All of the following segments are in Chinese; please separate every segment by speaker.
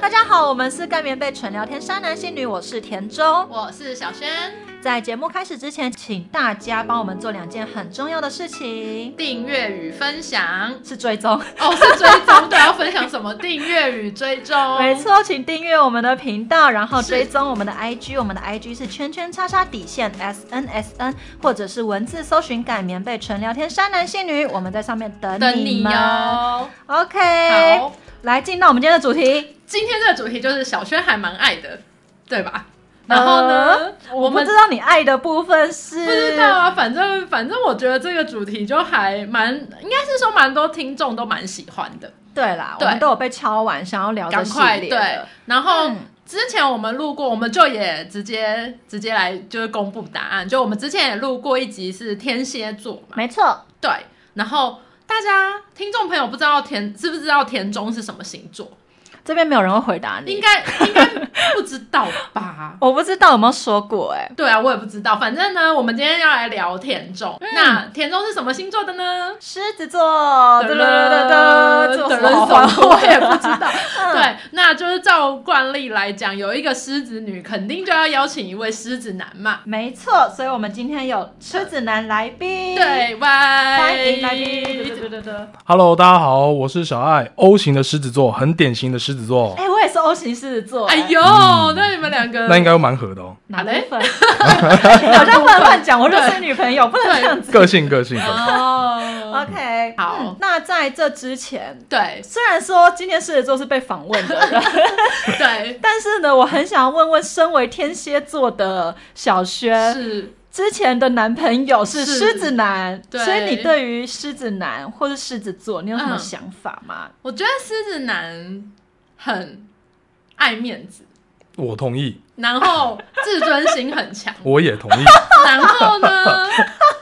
Speaker 1: 大家好，我们是盖棉被纯聊天山男信女，我是田中。
Speaker 2: 我是小轩，
Speaker 1: 在节目开始之前，请大家帮我们做两件很重要的事情，
Speaker 2: 订阅与分享。
Speaker 1: 是追踪。
Speaker 2: 哦，是追踪，对，要分享什么？订阅与追踪，
Speaker 1: 没。错，请订阅我们的频道，然后
Speaker 2: 哦是
Speaker 1: 追踪我们的 IG，我们的 IG 是圈圈叉叉底线 S N S N，或者是文字搜寻改棉被纯聊天山男信女，我们在上面等
Speaker 2: 等你
Speaker 1: 你哎们。
Speaker 2: 哟。
Speaker 1: OK，
Speaker 2: 好，
Speaker 1: 来进到我们今天的主题。
Speaker 2: 今天这个主题就是小轩还蛮爱的，对吧？然后呢，我
Speaker 1: 呃我不
Speaker 2: 们
Speaker 1: 知道你爱的部分是
Speaker 2: 不知道啊，反正反正我觉得这个主题就还蛮，应该是说蛮多听众都蛮喜欢的。
Speaker 1: 对啦，
Speaker 2: 对
Speaker 1: 我们都有被敲完，想要聊这
Speaker 2: 赶
Speaker 1: 哦系
Speaker 2: 快
Speaker 1: 列
Speaker 2: 对
Speaker 1: 的。，
Speaker 2: 然后。
Speaker 1: 嗯
Speaker 2: 之前我们录过，我们就也直接直接来就是公布答案。就我们之前也录过一集是天蝎座嘛，
Speaker 1: 没错，
Speaker 2: 对。然后大家听众朋友不知道田知不知道田中是什么星座？
Speaker 1: 这边没有人会回答
Speaker 2: 应
Speaker 1: 你。？
Speaker 2: 该应该不知道吧
Speaker 1: 我不知道有没有说过、哎，
Speaker 2: 对啊，我也不知道。反正呢，我们今天要来聊田中。
Speaker 1: 嗯
Speaker 2: 那田中是什么星座的呢？
Speaker 1: 狮子座，噔噔噔噔，做什么嗯
Speaker 2: 什
Speaker 1: 欢
Speaker 2: 么
Speaker 1: 呼
Speaker 2: 我也不知 道。对，那就是照惯例来讲，有一个狮子女，肯定就要邀请一位狮子男嘛。
Speaker 1: 没错，所以我们今天有狮子男来宾，，
Speaker 2: 对，拜，
Speaker 1: 欢迎来宾。对对对。
Speaker 3: Hello，大家好，我是小爱，O 型的狮子座，很典型的狮子座，
Speaker 1: 哎、我也是 O 型狮子座、
Speaker 2: 哎呦，那你们两个
Speaker 3: 那应该又蛮合的哦，
Speaker 1: 哪
Speaker 2: 嘞
Speaker 1: 部分？好像不能乱讲，我认识女朋友，不能这样子。
Speaker 3: 个性个性 的，
Speaker 2: 哦，
Speaker 1: OK，
Speaker 2: 好
Speaker 1: 嗯那在这之前，
Speaker 2: 对
Speaker 1: 虽然说今天狮子座是被访问 的人，
Speaker 2: 对
Speaker 1: 但是呢，我很想问问，身为天蝎座的小轩，
Speaker 2: 是，
Speaker 1: 之前的男朋友是
Speaker 2: 是
Speaker 1: 狮子男，
Speaker 2: 对
Speaker 1: 所以你对于狮子男或是狮子座，你有什么
Speaker 2: 嗯
Speaker 1: 想法吗？
Speaker 2: 我觉得狮子男很爱面子，
Speaker 3: 我同意，
Speaker 2: 然 后自尊心很强，
Speaker 3: 我也 同意，
Speaker 2: 然后呢，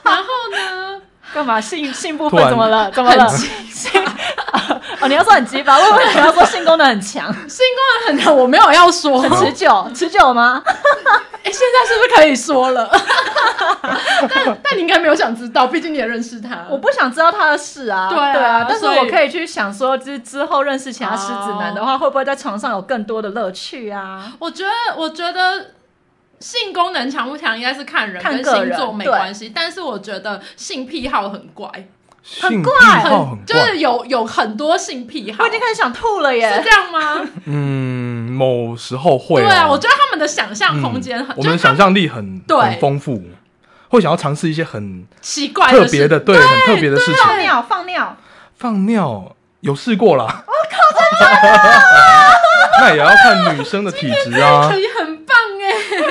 Speaker 2: 然后呢，
Speaker 1: 干嘛 性性部
Speaker 3: 突
Speaker 1: 分
Speaker 3: 然
Speaker 1: 怎么了？怎么了？性哦，你要说很鸡 巴，我以为你要说性功能很强、
Speaker 2: 性功能很强，我没有 要说，
Speaker 1: 很持
Speaker 2: 嗯
Speaker 1: 久、持久吗？
Speaker 2: 哎，现在是不是可以说 了？但但你应该没有想知道，毕竟你也认识他。
Speaker 1: 我不想知道他的事啊，
Speaker 2: 对啊
Speaker 1: 但是
Speaker 2: 所以
Speaker 1: 我可以去想说，就是之后认识其他狮子男的
Speaker 2: 哦
Speaker 1: 话，会不会在床上有更多的乐趣啊？
Speaker 2: 我觉得，我觉得性功能强不强应该是看人，
Speaker 1: 看
Speaker 2: 跟
Speaker 1: 个
Speaker 2: 星
Speaker 1: 人
Speaker 2: 座没
Speaker 1: 对
Speaker 2: 关系。但是我觉得性癖好很怪，
Speaker 3: 性癖
Speaker 1: 哦怪
Speaker 3: 好很
Speaker 2: 就
Speaker 3: 怪，
Speaker 2: 是有有很多性癖好。
Speaker 1: 我已经开始想吐了耶！
Speaker 2: 是这 样吗？
Speaker 3: 嗯，某时候会、哦，嗯
Speaker 2: 对啊，我觉得他们的想象空间很，
Speaker 3: 我
Speaker 2: 就是
Speaker 3: 们想象力很
Speaker 2: 对
Speaker 3: 很丰富，会想要尝试一些很
Speaker 2: 奇怪
Speaker 3: 特
Speaker 2: 事
Speaker 3: 别的，，对，很特别的事情，
Speaker 1: 放尿，放尿，
Speaker 3: 放尿有试过啦，
Speaker 2: 哦
Speaker 3: 我靠，真的， 那也要看女生的体质啊
Speaker 2: 可，以很棒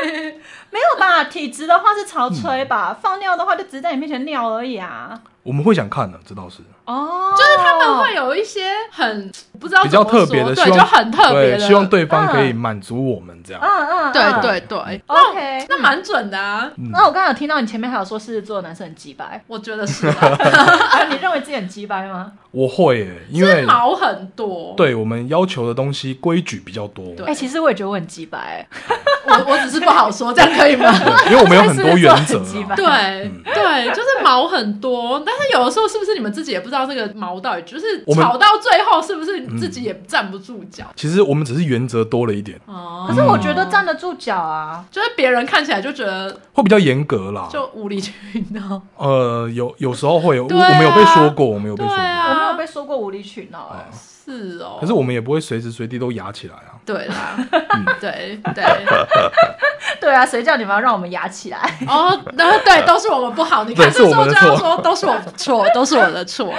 Speaker 2: 哎。
Speaker 1: 没有吧？体质的话是潮吹吧，放尿的话就只是在你面前尿而已啊。
Speaker 3: 我们会想看的、这倒是，
Speaker 1: 哦，就是
Speaker 2: 他们会有一些很不知道
Speaker 3: 比较
Speaker 2: 怎么说
Speaker 3: 特别的
Speaker 2: 对，
Speaker 3: 希
Speaker 2: 就
Speaker 3: 望
Speaker 2: 很特别
Speaker 3: 对，
Speaker 2: 的，啊
Speaker 3: 希望对方可以
Speaker 1: 嗯
Speaker 3: 满足我们这样。
Speaker 1: 嗯嗯，
Speaker 2: 对
Speaker 1: 嗯。
Speaker 2: 对对。那
Speaker 1: OK，
Speaker 2: 那蛮准的啊，
Speaker 3: 嗯
Speaker 1: 那我刚才有听到你前面还有说狮子座的男生很鸡
Speaker 2: ，
Speaker 1: 掰
Speaker 2: 我觉得是啊，
Speaker 1: 啊你认为自己很鸡掰吗？
Speaker 3: 我会耶， 因
Speaker 2: 是
Speaker 3: 为
Speaker 2: 毛很多。，
Speaker 3: 对我们要求的东西规矩比较多，
Speaker 2: 对
Speaker 1: 哎，其实我也觉得我很鸡掰，
Speaker 2: 我哦我只是不好说，这样可以吗？
Speaker 3: 对因为我们有很多原则
Speaker 1: 所以是不是做很鸡
Speaker 3: 啊、
Speaker 1: 巴
Speaker 2: 对对，就是毛很多，但是有的时候是不是你们自己也不知道这个毛到底，就是
Speaker 3: 我们嗯
Speaker 2: 吵到最后是不是自己也站不住脚？
Speaker 3: 其实我们只是原则多了一点，
Speaker 2: 哦
Speaker 1: 可是我觉得站得住脚啊。
Speaker 2: 就是别人看起来就觉得
Speaker 3: 会比较严格啦。
Speaker 2: 就无理取闹，
Speaker 3: 呃，有有时候会有，我
Speaker 2: 对啊
Speaker 3: 我们有被说过，我们有被
Speaker 2: 对
Speaker 3: 说过，
Speaker 1: 我没有
Speaker 2: 啊
Speaker 1: 被，说过无理取闹，哎
Speaker 2: 是哦。
Speaker 3: 可是我嗯们也不会随时随地都压起来啊。
Speaker 2: 对啦， 对对，
Speaker 1: 对啊，谁叫你们要让我们压起来？
Speaker 2: 哦，然后对，都是我们不好。你看，
Speaker 3: 对
Speaker 2: 这时
Speaker 3: 是
Speaker 2: 候
Speaker 3: 我
Speaker 2: 就
Speaker 3: 们的错
Speaker 2: 要说都是我的错，都是我的错。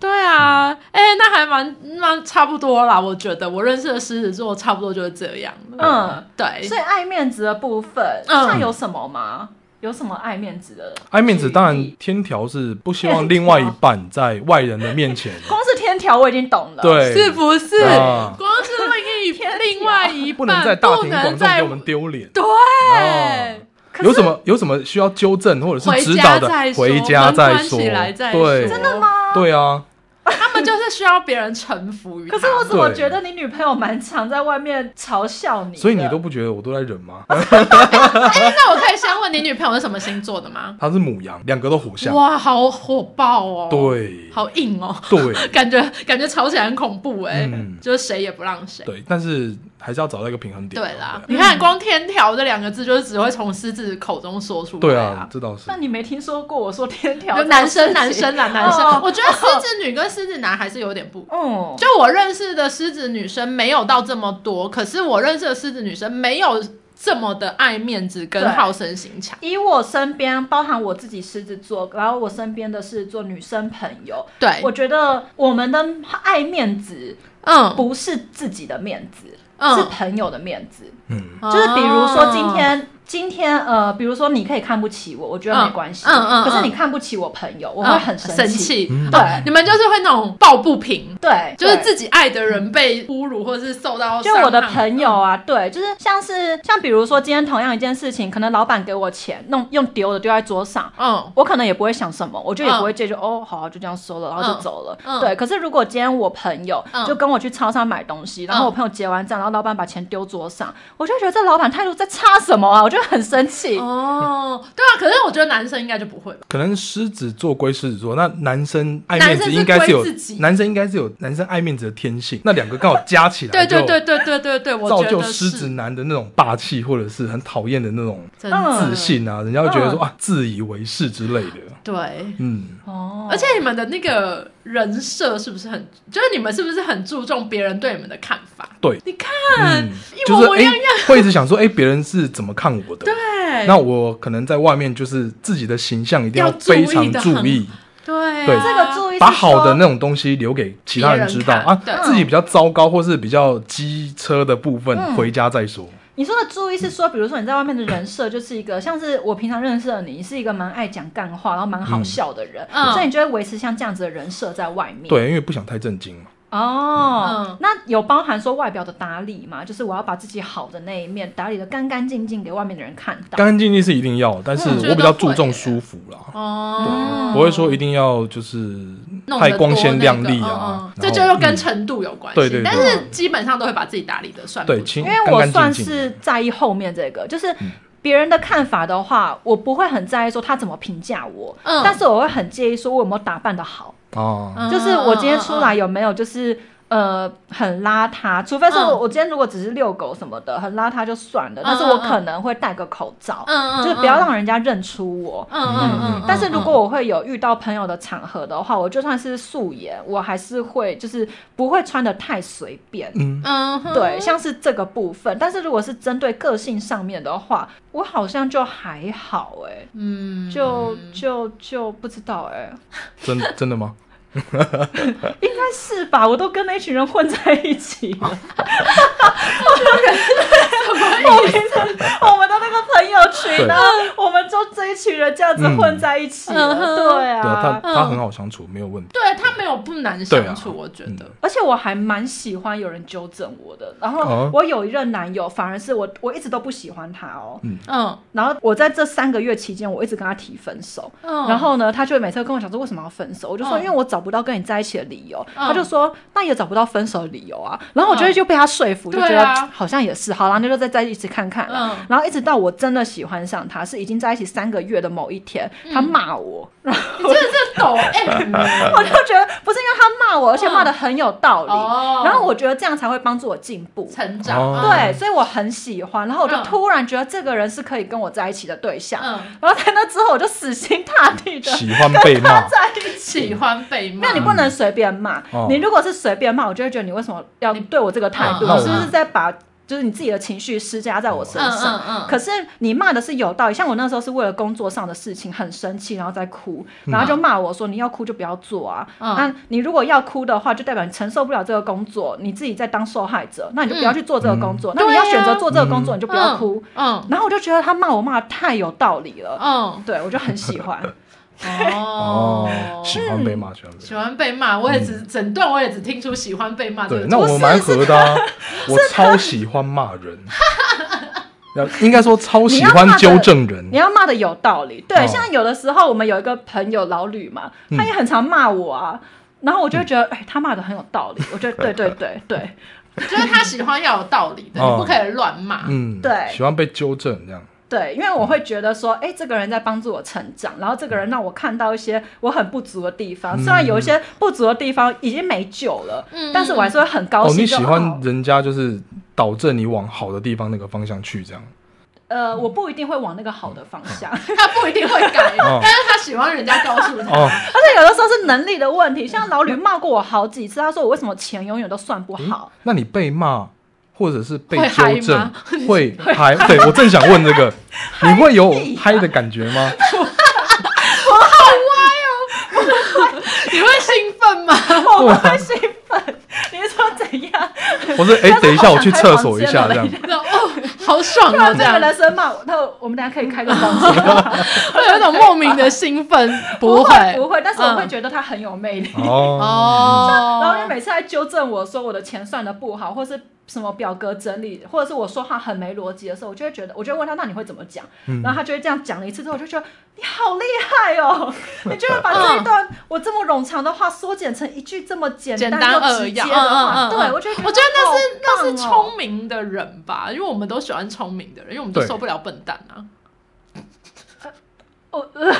Speaker 2: 对啊，
Speaker 3: 嗯
Speaker 2: 哎、那还蛮蛮差不多啦。我觉得我认识的狮子座差不多就是这样。
Speaker 1: 嗯，
Speaker 2: 对，
Speaker 1: 所以爱面子的部分，
Speaker 2: 哎嗯
Speaker 1: 那有什么吗？有什么爱面子的？
Speaker 3: 爱面子
Speaker 1: 举
Speaker 3: 当然
Speaker 1: 例
Speaker 3: 天条是不希望另外一半在外人的 面前，
Speaker 1: 光是天条我已经懂了。，
Speaker 3: 对，
Speaker 2: 是不是？
Speaker 3: 啊
Speaker 2: 光是另一另外一半
Speaker 3: 不能在大庭
Speaker 2: 不能
Speaker 3: 广众
Speaker 2: 在
Speaker 3: 给我们丢脸。
Speaker 2: 对。
Speaker 3: 哦有什么有什么需要纠正或者
Speaker 2: 回
Speaker 3: 是指
Speaker 2: 家
Speaker 3: 导的
Speaker 2: 再，说
Speaker 3: 回家
Speaker 2: 门
Speaker 3: 再
Speaker 2: 关起
Speaker 3: 说
Speaker 2: 来再。说
Speaker 3: 对，
Speaker 1: 真的吗？
Speaker 3: 对啊，
Speaker 2: 他们他就是需要别人臣服于他。
Speaker 1: 可是我怎么
Speaker 3: 对
Speaker 1: 觉得你女朋友蛮常在外面嘲笑你的？
Speaker 3: 所以你都不觉得我都在忍吗？
Speaker 2: 那我可以先问你女朋友是什么星座的吗？
Speaker 3: 他是母羊，两个都火象，
Speaker 2: 哇，好火爆哦！，
Speaker 3: 对，
Speaker 2: 好硬哦，
Speaker 3: 对，
Speaker 2: 感觉感觉吵起来很恐怖哎、
Speaker 3: 嗯
Speaker 2: 就是谁也不让谁。
Speaker 3: 对，但是还是要找到一个平衡点。啊
Speaker 2: 对啦，，你看光“天条”这两个字，就是只会从狮子口中说出来、
Speaker 3: 对啊
Speaker 2: 啊，。
Speaker 3: 这倒是
Speaker 1: 那。你没听说过我说天条
Speaker 2: 就男生，男生啦，男生，
Speaker 1: 哦
Speaker 2: 我觉得狮子女跟狮子男还是有点不
Speaker 1: 嗯，
Speaker 2: 就我认识的狮子女生没有到这么多，可是我认识的狮子女生没有这么的爱面子跟
Speaker 1: 对
Speaker 2: 好胜心强。
Speaker 1: 以我身边，包含我自己狮子座，然后我身边的狮子座女生朋友，
Speaker 2: 对
Speaker 1: 我，觉得我们的爱面子
Speaker 2: 嗯
Speaker 1: 不是自己的面子，是
Speaker 2: 嗯，
Speaker 1: 朋友的面子。
Speaker 3: 嗯，
Speaker 1: 就是比如说今
Speaker 2: 哦，
Speaker 1: 天，今天呃，比如说你可以看不起我，我觉得没关系。
Speaker 2: 嗯嗯嗯
Speaker 1: 可是你看不起我朋友，我
Speaker 2: 我
Speaker 1: 会很
Speaker 2: 哦生
Speaker 1: 气。
Speaker 2: 气，
Speaker 3: 嗯
Speaker 1: 对
Speaker 2: 你们就是会那种抱不平，
Speaker 1: 对，
Speaker 2: 就是
Speaker 1: 对
Speaker 2: 自己爱的人被侮辱或者是受到
Speaker 1: 就
Speaker 2: 伤
Speaker 1: 我的
Speaker 2: 害
Speaker 1: 朋友
Speaker 2: 嗯
Speaker 1: 啊，对，就是像是像比如说今天同样一件事情，可能老板给我钱，弄用丢的丢在桌上。
Speaker 2: 嗯，
Speaker 1: 我可能也不会想什么，我就也
Speaker 2: 嗯
Speaker 1: 不会介意，就哦，好、啊，就这样收了，然后就走了。
Speaker 2: 嗯
Speaker 1: 对，可是如果今天我朋友
Speaker 2: 嗯
Speaker 1: 就跟我去超商买东西，然后
Speaker 2: 嗯
Speaker 1: 我朋友结完账，然后老板把钱丢桌上，我就觉得这老板态度在差什么啊？我就很生气。
Speaker 2: 哦，对啊，可是我觉得男生应该就不会吧，
Speaker 3: 可能狮子座归狮子座，那男生爱面
Speaker 2: 男
Speaker 3: 子
Speaker 2: 生是
Speaker 3: 应该是有
Speaker 2: 归自己
Speaker 3: 男生应该是有男生爱面子的天性，那两个刚好加起来，
Speaker 2: 对对对，对对对对，我
Speaker 3: 造
Speaker 2: 觉
Speaker 3: 就
Speaker 2: 得
Speaker 3: 狮子
Speaker 2: 是
Speaker 3: 男的那种霸气，或者是很讨厌的那种
Speaker 2: 真的
Speaker 1: 嗯
Speaker 3: 自信啊，人家会觉得说
Speaker 1: 嗯
Speaker 3: 啊自以为是之类的。
Speaker 2: 对。
Speaker 3: 嗯，
Speaker 1: 哦
Speaker 2: 而且你们的那个人设是不是很，就是你们是不是很注重别人对你们的看法？
Speaker 3: 对，
Speaker 2: 你看，
Speaker 3: 嗯，
Speaker 2: 一
Speaker 3: 就是
Speaker 2: 模一
Speaker 3: 哎
Speaker 2: 样，，
Speaker 3: 会一直想说哎，别人是怎么看我的？
Speaker 2: 对，
Speaker 3: 那我可能在外面就是自己的形象一定
Speaker 2: 要
Speaker 3: 非常
Speaker 2: 注意
Speaker 3: 注
Speaker 2: 得
Speaker 3: 意，
Speaker 2: 对啊
Speaker 3: 对
Speaker 1: 这个注意是
Speaker 3: 把好的
Speaker 1: 说
Speaker 3: 那种东西留给其他人知道
Speaker 2: 别人看
Speaker 3: 啊
Speaker 2: 对，
Speaker 3: 自己比较糟糕或是比较机车的部分
Speaker 1: 嗯
Speaker 3: 回家再说。
Speaker 1: 你说的注意是说，比如说你在外面的人设就是一个，像是我平常认识的你，你是一个蛮爱讲干话，然后蛮好笑的人，
Speaker 2: 嗯嗯
Speaker 1: 所以你就会维持像这样子的人设在外面。，
Speaker 3: 对，因为不想太震惊嘛。
Speaker 1: 哦，
Speaker 2: 嗯
Speaker 1: 那有包含说外表的打理吗？就是我要把自己好的那一面打理的干干净净，给外面的人看到。
Speaker 3: 干干净净是一定要，但是
Speaker 2: 嗯我觉得
Speaker 3: 我比较注重舒服啦，
Speaker 2: 哦，
Speaker 3: 不会说一定要就是
Speaker 2: 弄得
Speaker 3: 太
Speaker 2: 多
Speaker 3: 光鲜亮丽
Speaker 2: 那个
Speaker 3: 啊
Speaker 2: 嗯嗯。这就
Speaker 3: 然后
Speaker 2: 又跟程度有关系，
Speaker 3: 对对对
Speaker 2: 但是基本上都会把自己打理的算不
Speaker 3: 对，
Speaker 2: 错
Speaker 3: 清
Speaker 1: 因为我
Speaker 3: 干干
Speaker 1: 算
Speaker 3: 净净
Speaker 1: 是在意后面这个，就是别人的看法的话，我不会很在意说他怎么评价我，
Speaker 2: 嗯
Speaker 1: 但是我会很介意说我有没有打扮的好，
Speaker 3: 啊，
Speaker 2: 嗯
Speaker 1: 就是我今天出来有没有就是。呃，很邋遢，除非是我、
Speaker 2: 嗯
Speaker 1: 我今天如果只是遛狗什么的，很邋遢就算了。
Speaker 2: 嗯
Speaker 1: 但是我可能会戴个口罩，
Speaker 2: 嗯嗯，
Speaker 1: 就是不要让人家认出我。
Speaker 2: 嗯嗯嗯，
Speaker 1: 但是如果我会有遇到朋友的场合的话，我就算是素颜，我还是会就是不会穿的太随便。
Speaker 3: 嗯，
Speaker 2: 嗯哼
Speaker 1: 对，像是这个部分。但是如果是针对个性上面的话，我好像就还好哎、
Speaker 2: 嗯
Speaker 1: 就就就不知道哎、
Speaker 3: 真真的吗？
Speaker 1: 应该是吧？我都跟那群人混在一起 了。我平常我们的那个朋友群呢，我们就这一群人这样子混在一起了
Speaker 2: 嗯嗯哼
Speaker 1: 对
Speaker 3: 对啊，他
Speaker 1: 啊。
Speaker 3: 他很好相处，没有问题。
Speaker 2: 对他没有不难相处，
Speaker 3: 对啊
Speaker 2: 我觉得
Speaker 1: 而且我还蛮喜欢有人纠正我的，然后
Speaker 3: 哦
Speaker 1: 我有一任男友，反而是我我一直都不喜欢他哦，
Speaker 2: 嗯
Speaker 1: 然后我在这三个月期间，我一直跟他提分手，
Speaker 2: 嗯，
Speaker 1: 然后呢，他就会每次跟我讲说为什么要分手，我就说
Speaker 2: 嗯
Speaker 1: 因为我找不到跟你在一起的理由，
Speaker 2: 嗯
Speaker 1: 他就说那也找不到分手的理由啊，然后我就
Speaker 2: 嗯
Speaker 1: 就被他说服，就觉
Speaker 2: 对
Speaker 1: 得
Speaker 2: 啊
Speaker 1: 好像也是，好啦，那就再在一起看看啦
Speaker 2: 嗯。
Speaker 1: 然后一直到我真的喜欢上他，是已经在一起三个月的某一天，
Speaker 2: 嗯
Speaker 1: 他骂我，然后
Speaker 2: 你真的是 抖 M 欸
Speaker 1: 我就觉得不是因为他骂我，而且骂的很有道理，
Speaker 2: 嗯哦
Speaker 1: 然后我觉得这样才会帮助我进步。
Speaker 2: 成长啊
Speaker 3: 哦，
Speaker 1: 对，所以我很喜欢，然后我就
Speaker 2: 嗯
Speaker 1: 突然觉得这个人是可以跟我在一起的对象，
Speaker 2: 嗯，
Speaker 1: 然后在那之后，我就死心塌地的
Speaker 3: 喜欢被骂，
Speaker 1: 在一起。
Speaker 2: 喜
Speaker 3: 嗯
Speaker 2: 欢被骂，
Speaker 1: 没有，你不能随便骂。
Speaker 3: 哦
Speaker 1: 你如果是随便骂，我就会觉得你为什么要对我这个态度？
Speaker 2: 嗯
Speaker 1: 你是不是在把就是你自己的情绪施加在我身
Speaker 2: 嗯
Speaker 1: 上？
Speaker 2: 嗯嗯，
Speaker 1: 可是你骂的是有道理，像我那时候是为了工作上的事情很生气，然后再哭，然后就骂我说你要哭就不要做啊，
Speaker 2: 嗯
Speaker 1: 那你如果要哭的话，就代表你承受不了这个工作，你自己在当受害者，那你就不要去做这个工作，那你要
Speaker 2: 对啊
Speaker 1: 选择做这个工作，你就不要
Speaker 2: 嗯
Speaker 1: 哭。
Speaker 2: 嗯
Speaker 1: 然后我就觉得他骂我骂的太有道理 了，
Speaker 2: 嗯
Speaker 1: 对我就很喜欢。
Speaker 2: 哦
Speaker 1: 啊
Speaker 3: 哦，喜欢被骂，喜欢被
Speaker 1: 嗯
Speaker 2: 喜欢被骂，我也只整段我也只听出喜欢被骂
Speaker 3: 骂。
Speaker 2: 这
Speaker 3: 嗯
Speaker 2: 个，
Speaker 3: 对那
Speaker 2: 字，
Speaker 1: 不
Speaker 3: 我
Speaker 1: 是
Speaker 3: 蛮合的啊，我超喜欢骂 人，要应该说超喜欢纠正人
Speaker 1: 你。要骂的有道理，对，
Speaker 3: 嗯哦嗯
Speaker 1: 像有的时候我们有一个朋友老吕嘛，他也很常骂我啊。然后我就会觉得，哎、他骂的很有道理。 我觉得对对对对
Speaker 2: 就是他喜欢要有道理的，
Speaker 3: 哦
Speaker 2: 你不可以乱骂。
Speaker 3: 嗯，
Speaker 1: 对
Speaker 3: 喜欢被纠正这样，
Speaker 1: 对，因为我会觉得说，哎、这个人在帮助我成长，然后这个人让我看到一些我很不足的地方，
Speaker 3: 嗯
Speaker 1: 虽然有一些不足的地方已经没救了，
Speaker 2: 嗯
Speaker 1: 但是我还是会很高
Speaker 3: 哦，
Speaker 1: 兴
Speaker 3: 你
Speaker 1: 就。
Speaker 3: 喜
Speaker 1: 哦
Speaker 3: 欢人家就是导正你往好的地方那个方向去这 样，
Speaker 1: 呃，我不一定会往那个好的方向，
Speaker 3: 嗯
Speaker 1: 而
Speaker 2: 他不一定会 改，
Speaker 3: 哦
Speaker 2: 但是他喜欢人家告诉他。
Speaker 3: 哦，
Speaker 1: 且有的时候是能力的问题。像老吕骂过我好几次，他说我为什么钱永远都算不好？
Speaker 3: 那你被骂或者是被
Speaker 2: 会嗨
Speaker 3: 纠正
Speaker 2: 吗，
Speaker 3: 会嗨？对我正想问这 个，你会有
Speaker 1: 啊
Speaker 3: 嗨的感觉吗？
Speaker 2: 你会兴奋吗？
Speaker 3: 嗯
Speaker 1: 我会兴奋， 你是说怎样？
Speaker 3: 我是 哎，等一下我去厕所一下
Speaker 1: 他
Speaker 3: 这
Speaker 1: 说好想开房间了。
Speaker 3: 样
Speaker 2: 那哦，好爽
Speaker 1: 突然
Speaker 2: 哦，
Speaker 1: 这
Speaker 2: 这
Speaker 1: 个
Speaker 2: 样
Speaker 1: 男生骂我，那我们等一下可以开个房间吗。
Speaker 2: 会有一种莫名的兴 奋， 不
Speaker 1: 会
Speaker 2: 会
Speaker 1: 不会，但是我会
Speaker 2: 嗯
Speaker 1: 觉得他很有魅力。
Speaker 3: 哦，
Speaker 2: 哦，
Speaker 1: 然后你每次来纠正我说我的钱算的不好，或是什么表格整理，或者是我说话很没逻辑的时候，我就会觉得，我就会问他，那你会怎么讲？
Speaker 3: 嗯
Speaker 1: 然后他就会这样讲了一次之后，我就觉得你好厉害 哦，你居然把这一段我这么冗长的话缩减成一句这么简
Speaker 2: 嗯简
Speaker 1: 单
Speaker 2: 单
Speaker 1: 又
Speaker 2: 扼
Speaker 1: 直接
Speaker 2: 要，
Speaker 1: 的
Speaker 2: 嗯嗯
Speaker 1: 话，
Speaker 2: 嗯，
Speaker 1: 对
Speaker 2: 嗯
Speaker 1: 我就觉得
Speaker 2: 我觉得那是那是
Speaker 1: 好棒哦
Speaker 2: 聪明的人吧，因为我们都喜欢聪明的人，因为我们都
Speaker 3: 对
Speaker 2: 受不了笨蛋啊。
Speaker 1: 我呃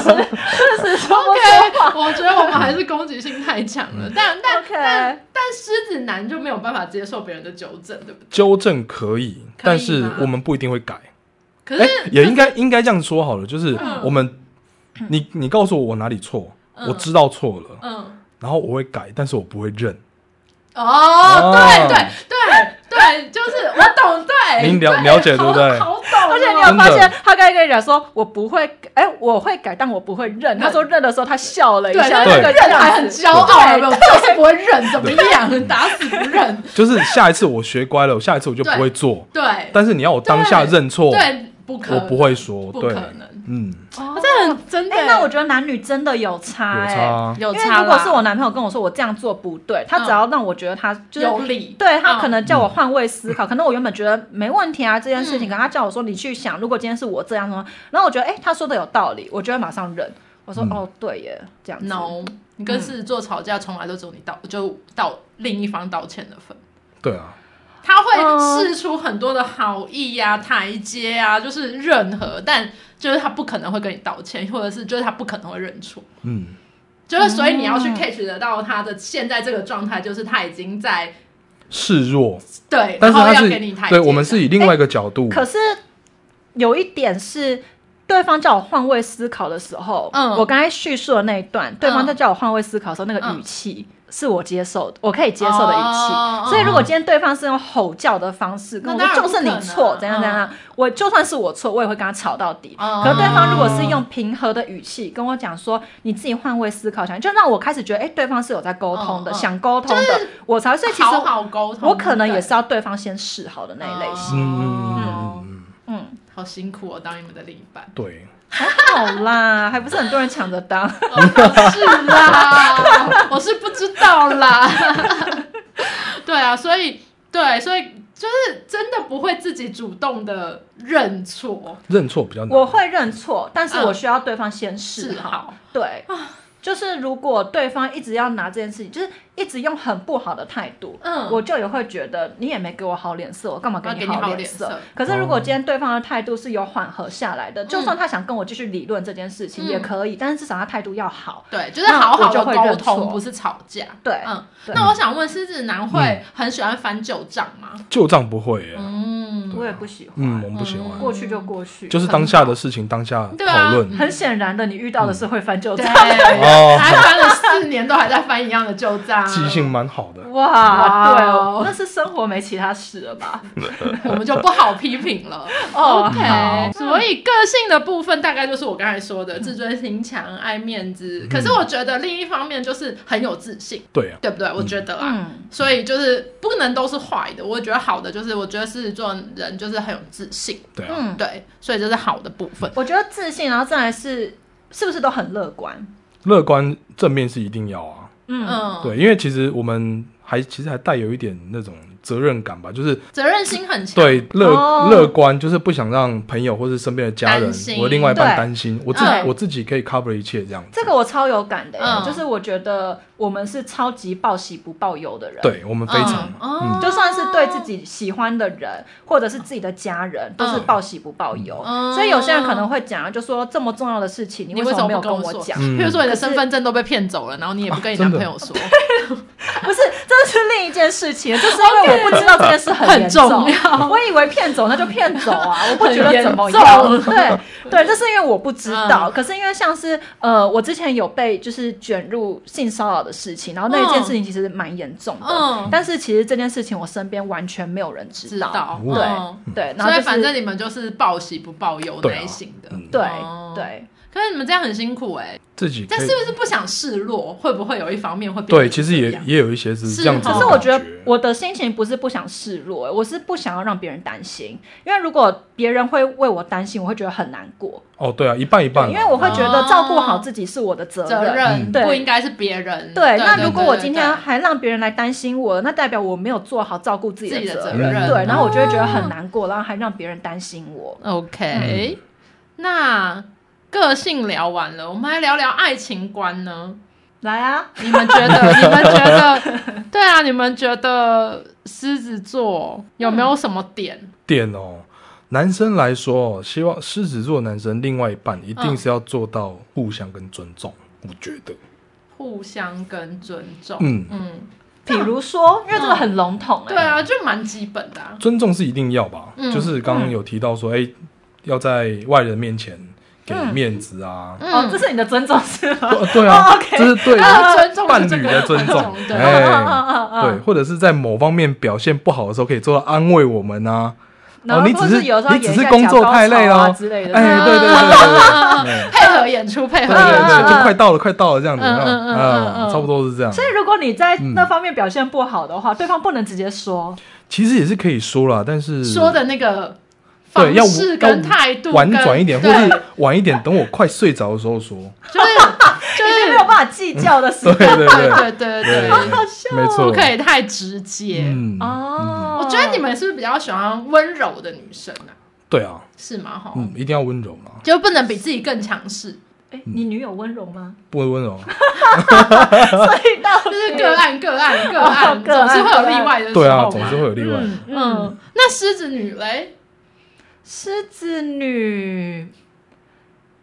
Speaker 2: OK，我觉得我们还是攻击性太强
Speaker 3: 嗯
Speaker 2: 了，但但
Speaker 1: OK
Speaker 2: 但但狮子男就没有办法接受别人的纠正，对不对？
Speaker 3: 纠正可以，但是我们不一定会改。
Speaker 2: 可
Speaker 3: 哎
Speaker 2: 是，
Speaker 3: 也应该应该这样说好了，就是
Speaker 2: 嗯
Speaker 3: 我们，你你告诉我我哪里错，
Speaker 2: 嗯
Speaker 3: 我知道错了，
Speaker 2: 嗯。
Speaker 3: 然后我会改，但是我不会认。
Speaker 2: 哦，
Speaker 3: 哦
Speaker 2: 对对对对，就是我懂，哎对，
Speaker 3: 您了了解对不 对？
Speaker 2: 好好懂哦，
Speaker 1: 而且你有
Speaker 3: 真的
Speaker 1: 发现，他刚才跟你讲说，我不会，哎、我会改，但我不会认。他说认的时候，他笑了一
Speaker 2: 对，
Speaker 1: 下，那
Speaker 2: 那个
Speaker 1: 个
Speaker 2: 认还
Speaker 1: 样
Speaker 2: 很
Speaker 1: 子
Speaker 2: 骄傲，有没有？就是不会认，怎么样？ 打死不认，
Speaker 3: 就是下一次我学乖了，我下一次我就不
Speaker 2: 对
Speaker 3: 会做。
Speaker 2: 对
Speaker 3: 但是你要我当下认错，
Speaker 2: 对，不可，
Speaker 3: 我不，会说。
Speaker 2: 不
Speaker 3: 对，
Speaker 2: 可能，
Speaker 3: 嗯，
Speaker 1: 哦
Speaker 2: 这很真的
Speaker 1: 哎、
Speaker 2: 欸。
Speaker 1: 那我觉得男女真的有差、
Speaker 3: 有
Speaker 1: 哎，
Speaker 3: 差啊。
Speaker 2: 有
Speaker 1: 因为
Speaker 2: 差
Speaker 1: 如果是
Speaker 2: 啦
Speaker 1: 我男朋友跟我说我这样做不对，他
Speaker 2: 嗯
Speaker 1: 只要让我觉得他就是
Speaker 2: 有理，
Speaker 1: 对他
Speaker 2: 嗯
Speaker 1: 可能叫我换位思考，可能我原本觉得没问题啊这件事情，
Speaker 2: 嗯
Speaker 1: 可他叫我说你去想，如果今天是我这样说，然后我觉得哎、他说的有道理，我就会马上忍。我说、
Speaker 3: 嗯
Speaker 1: 哦对耶，这样子。
Speaker 2: no，你跟狮子座吵架从来都只有你道，就道另一方道歉的份。
Speaker 3: 对啊，
Speaker 2: 他
Speaker 1: 嗯
Speaker 2: 会试出很多的好意呀、台阶啊，就是任何，但就是他不可能会跟你道歉，或者是就是他不可能会认错。
Speaker 3: 嗯，
Speaker 2: 就是所以你要去
Speaker 1: 嗯
Speaker 2: catch 得到他的现在这个状态，就是他已经在
Speaker 3: 示弱，
Speaker 2: 对，
Speaker 3: 但
Speaker 2: 然
Speaker 3: 是
Speaker 2: 后
Speaker 3: 他
Speaker 2: 要给你台阶
Speaker 3: 是
Speaker 2: 的。
Speaker 3: 对
Speaker 2: 哎
Speaker 3: 我们是以另外一个角度，
Speaker 1: 可是有一点是。对方叫我换位思考的时候，
Speaker 2: 嗯
Speaker 1: 我刚才叙述的那一段，对方
Speaker 2: 嗯
Speaker 1: 在叫我换位思考的时候，那个
Speaker 2: 嗯
Speaker 1: 语气是我接受的，我可以接受的语气。
Speaker 2: 哦
Speaker 1: 所以如果今天对方是用吼叫的方式跟我
Speaker 2: 那
Speaker 1: 说
Speaker 2: 当然不
Speaker 1: 就是你错，
Speaker 2: 可能啊嗯
Speaker 1: 怎样怎样怎样，我就算是我错，我也会跟他吵到底。
Speaker 2: 哦
Speaker 1: 可是对方如果是
Speaker 2: 嗯
Speaker 1: 用平和的语气跟我讲说，你自己换位思考想，就让我开始觉得，哎、对方是有在沟通的，
Speaker 2: 嗯嗯
Speaker 1: 想沟通的，我才会。所以其实
Speaker 2: 嗯好好沟通，
Speaker 1: 我可能也
Speaker 2: 对
Speaker 1: 是要对方先示好的那一类型。
Speaker 3: 嗯嗯嗯
Speaker 2: 哦
Speaker 3: 嗯嗯，。
Speaker 1: 嗯，
Speaker 2: 好辛苦哦，当你们的另一半
Speaker 3: 对，
Speaker 1: 还好啦，还不是很多人抢着当。
Speaker 2: 哦不是 啦，我是不知道啦。 对啊，所以对，所以就是真的不会自己主动的认错
Speaker 3: 认错比较难。
Speaker 1: 我会认错，但是我
Speaker 2: 嗯
Speaker 1: 需要对方先示
Speaker 2: 是
Speaker 1: 好。
Speaker 2: 好，啊
Speaker 1: 对，就是如果对方一直要拿这件事情，就是一直用很不好的态度，
Speaker 2: 嗯
Speaker 1: 我就也会觉得你也没给我好脸色，我干嘛
Speaker 2: 我要给
Speaker 1: 你
Speaker 2: 你好
Speaker 1: 脸
Speaker 2: 脸色。
Speaker 1: 可是如果
Speaker 3: 哦
Speaker 1: 今天对方的态度是有缓和下来的，就算他想跟我继续理论这件事情
Speaker 2: 嗯
Speaker 1: 也可以，但是至少他态度要好。
Speaker 2: 对，就是好
Speaker 1: 那
Speaker 2: 好的
Speaker 1: 我就会
Speaker 2: 沟
Speaker 1: 认错
Speaker 2: 通，不是吵架。
Speaker 1: 对，
Speaker 2: 嗯，
Speaker 1: 对嗯
Speaker 2: 那我想问，狮子男会很喜欢翻旧账吗？
Speaker 3: 旧账不会耶，
Speaker 2: 嗯，
Speaker 1: 我也不喜欢，
Speaker 3: 嗯，我们不喜欢
Speaker 2: 嗯，
Speaker 1: 过去就过去，
Speaker 3: 就是当下的事情当下
Speaker 2: 对啊
Speaker 3: 讨论。
Speaker 1: 很显然的，你遇到
Speaker 3: 嗯
Speaker 1: 的是会翻旧
Speaker 2: 对，啊
Speaker 1: 账。
Speaker 3: 哦
Speaker 2: 还翻了四年，都还在翻一样的旧账。
Speaker 3: 记性蛮好的，
Speaker 1: 哇，对
Speaker 2: 哇
Speaker 1: 哦
Speaker 2: 哦，
Speaker 1: 那是生活没其他事了吧？
Speaker 2: 我们就不好批评 了。
Speaker 3: 嗯
Speaker 1: 哦，
Speaker 2: OK，所以个性的部分大概就是我刚才说的，自尊心强，爱面子。
Speaker 3: 嗯
Speaker 2: 可是我觉得另一方面就是很有自信，
Speaker 3: 对啊，
Speaker 2: 对不对？我觉得啊，
Speaker 1: 嗯，
Speaker 2: 所以就是不能都是坏的。我觉得好的就是，我觉得狮子座人就是很有自信，
Speaker 3: 对啊，
Speaker 1: 嗯，
Speaker 2: 对，所以这是好的部分。
Speaker 1: 我觉得自信，然后再来是是不是都很乐观？
Speaker 3: 乐观正面是一定要啊，
Speaker 1: 嗯
Speaker 2: 嗯，
Speaker 3: 对，因为其实我们还其实还带有一点那种责任感吧，就是
Speaker 2: 责任心很强。
Speaker 3: 对乐、
Speaker 1: 哦
Speaker 3: 乐观，就是不想让朋友或是身边的家人
Speaker 2: 担心，
Speaker 3: 我的另外一半
Speaker 1: 对
Speaker 3: 担心，我自己
Speaker 2: 嗯
Speaker 3: 我自己可以 cover 一切这样子。
Speaker 1: 这个我超有感的耶、
Speaker 2: 嗯
Speaker 1: 就是我觉得我们是超级报喜不报忧的人。。
Speaker 3: 对我们非常，
Speaker 2: 嗯
Speaker 3: 嗯
Speaker 2: 哦
Speaker 1: 就算是对自己喜欢的人，或者是自己的家人，都是
Speaker 2: 嗯
Speaker 1: 报喜不报忧。
Speaker 2: 嗯
Speaker 1: 所以有些人可能会讲啊，就说这么重要的事情，
Speaker 2: 你
Speaker 1: 为
Speaker 2: 为
Speaker 1: 什
Speaker 2: 什
Speaker 1: 么
Speaker 2: 么
Speaker 1: 没有
Speaker 2: 不跟
Speaker 1: 我
Speaker 2: 我
Speaker 1: 讲？
Speaker 3: 嗯
Speaker 2: 譬如说你
Speaker 1: 可
Speaker 2: 的
Speaker 1: 是
Speaker 2: 身份证都被骗走了，然后你也不跟你
Speaker 3: 啊真
Speaker 2: 男
Speaker 3: 的
Speaker 2: 朋友 说，
Speaker 1: 不是，这是另一件事情，就是因为我不知道这件事
Speaker 2: 很
Speaker 1: 严
Speaker 2: 重要
Speaker 1: 我以为骗走那就骗走啊， 我不觉
Speaker 2: 很
Speaker 1: 得
Speaker 2: 严
Speaker 1: 怎么
Speaker 2: 重
Speaker 1: 样。对对，这是因为我不知道，
Speaker 2: 嗯
Speaker 1: 可是因为像是呃，我之前有被就是卷入性骚扰的事情，然后那一件事情其实蛮严重的，
Speaker 2: 嗯
Speaker 1: 但是其实这件事情我身边完全没有人知
Speaker 2: 知
Speaker 1: 道，
Speaker 2: 道，
Speaker 3: 对
Speaker 2: 嗯
Speaker 1: 对，然后
Speaker 2: 所
Speaker 1: 就是
Speaker 2: 以反正你们就是报喜不报忧
Speaker 3: 对啊
Speaker 2: 那一型的。
Speaker 3: 嗯
Speaker 1: 对
Speaker 2: 哦
Speaker 1: 对，
Speaker 2: 可是你们这样很辛苦哎，
Speaker 3: 自己可
Speaker 2: 但
Speaker 3: 以
Speaker 2: 是不是不想示弱？会不会有一方面会变
Speaker 3: 对，
Speaker 2: 成
Speaker 3: 其实也
Speaker 2: 这样
Speaker 3: 也有一些是
Speaker 2: 是
Speaker 3: 这样子
Speaker 2: 哦
Speaker 1: 可
Speaker 3: 的感。
Speaker 1: 是我觉得我的心情不是不想示弱、我是不想要让别人担心，因为如果别人会为我担心，我会觉得很难过。
Speaker 3: 哦，对啊，一半一半啊，
Speaker 1: 对，因为我会觉得照顾好自己是我的责任。
Speaker 2: 哦责任
Speaker 3: 嗯
Speaker 1: 对
Speaker 2: 不应该是别人。
Speaker 1: 对，那
Speaker 2: 对
Speaker 1: 如果
Speaker 2: 对
Speaker 1: 我
Speaker 2: 对
Speaker 1: 今
Speaker 2: 对
Speaker 1: 天还让别人来担心我，那代表我没有做好照顾自己
Speaker 2: 自己的
Speaker 1: 责
Speaker 2: 责
Speaker 3: 任
Speaker 2: 任，
Speaker 1: 对，然后我就会觉得很难过，然后还让别人担心我。
Speaker 2: OK，、那个性聊完了，我们来聊聊爱情观呢？
Speaker 1: 来啊，
Speaker 2: 你们觉得？ 你们觉得？对啊，你们觉得狮子座有没有什么点？
Speaker 3: 点哦。男生来说哦，希望狮子座男生另外一半一定
Speaker 2: 嗯
Speaker 3: 是要做到互相跟尊重，我觉得。
Speaker 2: 互相跟尊重。
Speaker 3: 嗯
Speaker 2: 嗯，
Speaker 1: 比如说，因为这个很笼统、
Speaker 2: 对
Speaker 1: 哎，
Speaker 2: 啊，就蛮基本的、啊。
Speaker 3: 尊重是一定要吧，
Speaker 2: 嗯
Speaker 3: 就是刚刚有提到说，哎、要在外人面前给
Speaker 2: 嗯
Speaker 3: 面子啊，
Speaker 1: 哦，这是你的尊重是吗？
Speaker 3: 呃对 啊，
Speaker 1: 哦，OK
Speaker 3: 这是对
Speaker 2: 啊尊重
Speaker 3: 伴
Speaker 2: 是这
Speaker 3: 侣
Speaker 2: 个
Speaker 3: 的尊重，
Speaker 2: 对
Speaker 3: 哎、
Speaker 1: 嗯嗯嗯嗯
Speaker 3: 对，或者是在某方面表现不好的时候，可以做到安慰我们啊。
Speaker 1: 然后
Speaker 3: 哦，你
Speaker 1: 或
Speaker 3: 只
Speaker 1: 是有时候
Speaker 3: 你
Speaker 1: 演一
Speaker 3: 只
Speaker 1: 下
Speaker 3: 是工作
Speaker 1: 小高
Speaker 3: 太累
Speaker 1: 潮啊
Speaker 3: 了
Speaker 1: 之
Speaker 2: 嗯
Speaker 1: 类的
Speaker 3: 哎，对对对对对对，
Speaker 2: 配合演出，配
Speaker 3: 对
Speaker 2: 合
Speaker 3: 嗯对
Speaker 2: 演出。
Speaker 3: 对，就快到了，快到了这样子，
Speaker 2: 嗯嗯嗯嗯嗯嗯
Speaker 3: 啊，
Speaker 2: 嗯
Speaker 3: 差不多是这样。
Speaker 1: 所以如果你在那方面表现不好的
Speaker 3: 嗯
Speaker 1: 话，对方不能直接说。
Speaker 3: 其实也是可以说啦，但是
Speaker 2: 说的那个
Speaker 3: 对要
Speaker 2: 方式跟态度
Speaker 3: 要婉转一点，或
Speaker 2: 跟对，
Speaker 3: 是晚一点，等我快睡着的时候 说。
Speaker 2: 就是就
Speaker 1: 你
Speaker 2: 是
Speaker 1: 没有办法计较的时
Speaker 3: 对
Speaker 1: 候。
Speaker 3: 对对
Speaker 2: 对对对
Speaker 3: 对，
Speaker 2: 对，
Speaker 3: 没错，
Speaker 2: 不哦可以太直接。
Speaker 3: 嗯，嗯，
Speaker 1: 哦，
Speaker 2: 我觉得你们是不是比较喜欢温柔的女生啊？
Speaker 3: 对啊，
Speaker 2: 是吗？哈、
Speaker 3: 嗯，一定要温柔啦，
Speaker 2: 就不能比自己更强 势，
Speaker 1: 哎，你女友温柔吗？
Speaker 3: 不会温柔，
Speaker 1: 所以到
Speaker 2: 就是个案个
Speaker 3: 哦
Speaker 2: 案个案，
Speaker 1: 个案
Speaker 2: 总是会有例外的时候
Speaker 3: 对
Speaker 2: 嘛
Speaker 3: 啊，总是会有例外。
Speaker 1: 嗯嗯
Speaker 2: 嗯，，那狮子女嘞？
Speaker 1: 狮子女。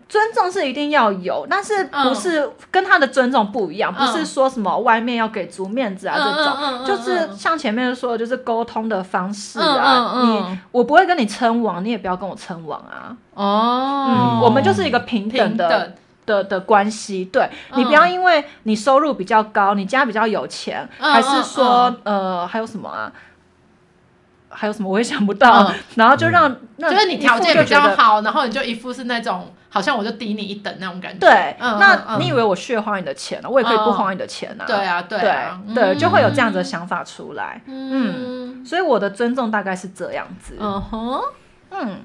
Speaker 1: 尊重是一定要有，但是不是跟她的尊重不一样，
Speaker 2: 嗯
Speaker 1: 不是说什么外面要给足面子啊、
Speaker 2: 嗯
Speaker 1: 这种，
Speaker 2: 嗯嗯嗯
Speaker 1: 就是像前面说的，就是沟通的方式啊。
Speaker 2: 嗯嗯嗯
Speaker 1: 你我不会跟你称王，你也不要跟我称王啊。
Speaker 3: 嗯
Speaker 2: 哦
Speaker 1: 我们就是一个平等
Speaker 2: 平
Speaker 1: 的
Speaker 2: 等，
Speaker 1: 的的关系，对
Speaker 2: 嗯
Speaker 1: 你不要因为你收入比较高，你家比较有钱，
Speaker 2: 嗯
Speaker 1: 还是说
Speaker 2: 嗯
Speaker 1: 呃还有什么啊？还有什么我也想不到，
Speaker 2: 嗯
Speaker 1: 然后就让、那
Speaker 2: 就是你条
Speaker 1: 一副
Speaker 2: 件
Speaker 1: 就
Speaker 2: 比较
Speaker 1: 觉得。
Speaker 2: 好，然后你就一副是那种好像我就低你一等那种感觉。
Speaker 1: 对，
Speaker 2: 嗯
Speaker 1: 那
Speaker 2: 嗯
Speaker 1: 你以为我血花你的钱了、我也可以不
Speaker 2: 嗯
Speaker 1: 花你的钱啊。
Speaker 2: 对啊，对啊，
Speaker 1: 对对，
Speaker 2: 嗯
Speaker 1: 就会有这样子的想法出来。
Speaker 2: 嗯
Speaker 1: 所以我的尊重大概是这样子。
Speaker 2: 嗯哼，
Speaker 1: 嗯，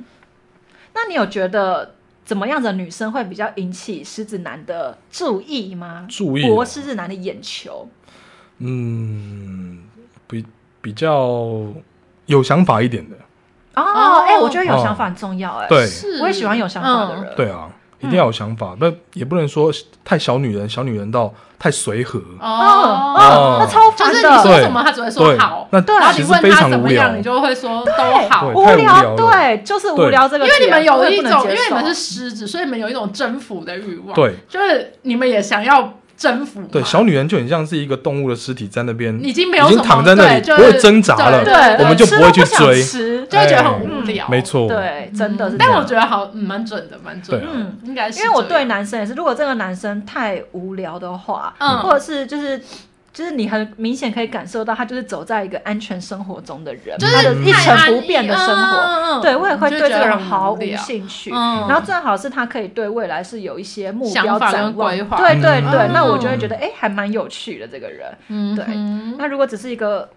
Speaker 1: 那你有觉得怎么样的女生会比较引起狮子男的注意吗？
Speaker 3: 注意哦
Speaker 1: 博狮子男的眼球。
Speaker 3: 嗯，比比较有想法一点的，
Speaker 1: 哦，哎、
Speaker 2: 哦
Speaker 1: 我觉得有
Speaker 3: 哦
Speaker 1: 想法很重要、哎、
Speaker 3: 对
Speaker 2: 是
Speaker 1: 我也喜欢有想法的
Speaker 2: 嗯
Speaker 1: 人。
Speaker 3: 对啊，一定要有想法，那也不能说太小女人，小女人到太随和。
Speaker 1: 哦，
Speaker 2: 哦
Speaker 1: 哦，
Speaker 3: 哦
Speaker 1: 那超
Speaker 2: 就
Speaker 1: 烦
Speaker 2: 是你
Speaker 1: 的，
Speaker 2: 说什么，他只会说
Speaker 3: 对
Speaker 2: 好，，
Speaker 3: 那
Speaker 1: 对
Speaker 2: 然后
Speaker 3: 其
Speaker 2: 你
Speaker 3: 实
Speaker 2: 问
Speaker 3: 非
Speaker 2: 他
Speaker 3: 常
Speaker 2: 怎
Speaker 3: 无
Speaker 2: 么
Speaker 3: 聊
Speaker 2: 样，你。就会说都
Speaker 1: 对
Speaker 2: 好，
Speaker 3: 对
Speaker 2: 因
Speaker 1: 无
Speaker 3: 太无聊
Speaker 1: 聊，
Speaker 3: 了
Speaker 1: 对，就是无
Speaker 3: 对
Speaker 1: 聊这个点，
Speaker 2: 为你们有
Speaker 1: 我也不
Speaker 2: 一
Speaker 1: 能
Speaker 2: 种，
Speaker 1: 接
Speaker 2: 因
Speaker 1: 受
Speaker 2: 为你们是狮子，所以你们有一种征服的欲望，
Speaker 3: 对，
Speaker 2: 就是你们也想要征服嘛，
Speaker 3: 对，小女人就很像是一个动物的尸体在那边，
Speaker 2: 已经没有
Speaker 3: 已经
Speaker 2: 什么
Speaker 3: 躺在那里
Speaker 2: 对就是
Speaker 3: 不会挣扎了
Speaker 1: 对，
Speaker 3: 我们就
Speaker 1: 吃
Speaker 3: 不会
Speaker 1: 都
Speaker 3: 去
Speaker 1: 想
Speaker 3: 追哦
Speaker 1: 吃
Speaker 2: 就会觉得很无聊，
Speaker 3: 没，错，
Speaker 1: 对，真的是这
Speaker 2: 嗯但
Speaker 1: 样。
Speaker 2: 我觉得好，嗯，蛮准的，蛮准的，
Speaker 3: 对啊
Speaker 1: 嗯
Speaker 2: 嗯，应该是
Speaker 1: 因为我
Speaker 2: 这
Speaker 1: 对
Speaker 2: 样，
Speaker 1: 男生也是，如果这个男生太无聊的话，
Speaker 2: 嗯
Speaker 1: 或者是就是就是你很明显可以感受到他就是走在一个安全生活中的人，
Speaker 2: 就是
Speaker 1: 他的一
Speaker 2: 太
Speaker 1: 成
Speaker 2: 安
Speaker 1: 不
Speaker 2: 逸
Speaker 1: 变的生活，
Speaker 2: 嗯嗯嗯
Speaker 1: 对我也会
Speaker 2: 你
Speaker 1: 对
Speaker 2: 就
Speaker 1: 这
Speaker 2: 觉
Speaker 1: 个
Speaker 2: 得
Speaker 1: 人
Speaker 2: 很
Speaker 1: 毫
Speaker 2: 无
Speaker 1: 无
Speaker 2: 聊
Speaker 1: 兴趣。
Speaker 2: 嗯
Speaker 1: 然后正好是他可以对未来是有一些目标
Speaker 2: 想法跟
Speaker 1: 展望，
Speaker 2: 规划
Speaker 1: 对对对，
Speaker 2: 嗯
Speaker 1: 那我就会觉得哎、诶还蛮有趣的这个人。
Speaker 2: 嗯
Speaker 1: 对
Speaker 2: 哼
Speaker 1: 那如果只是一个，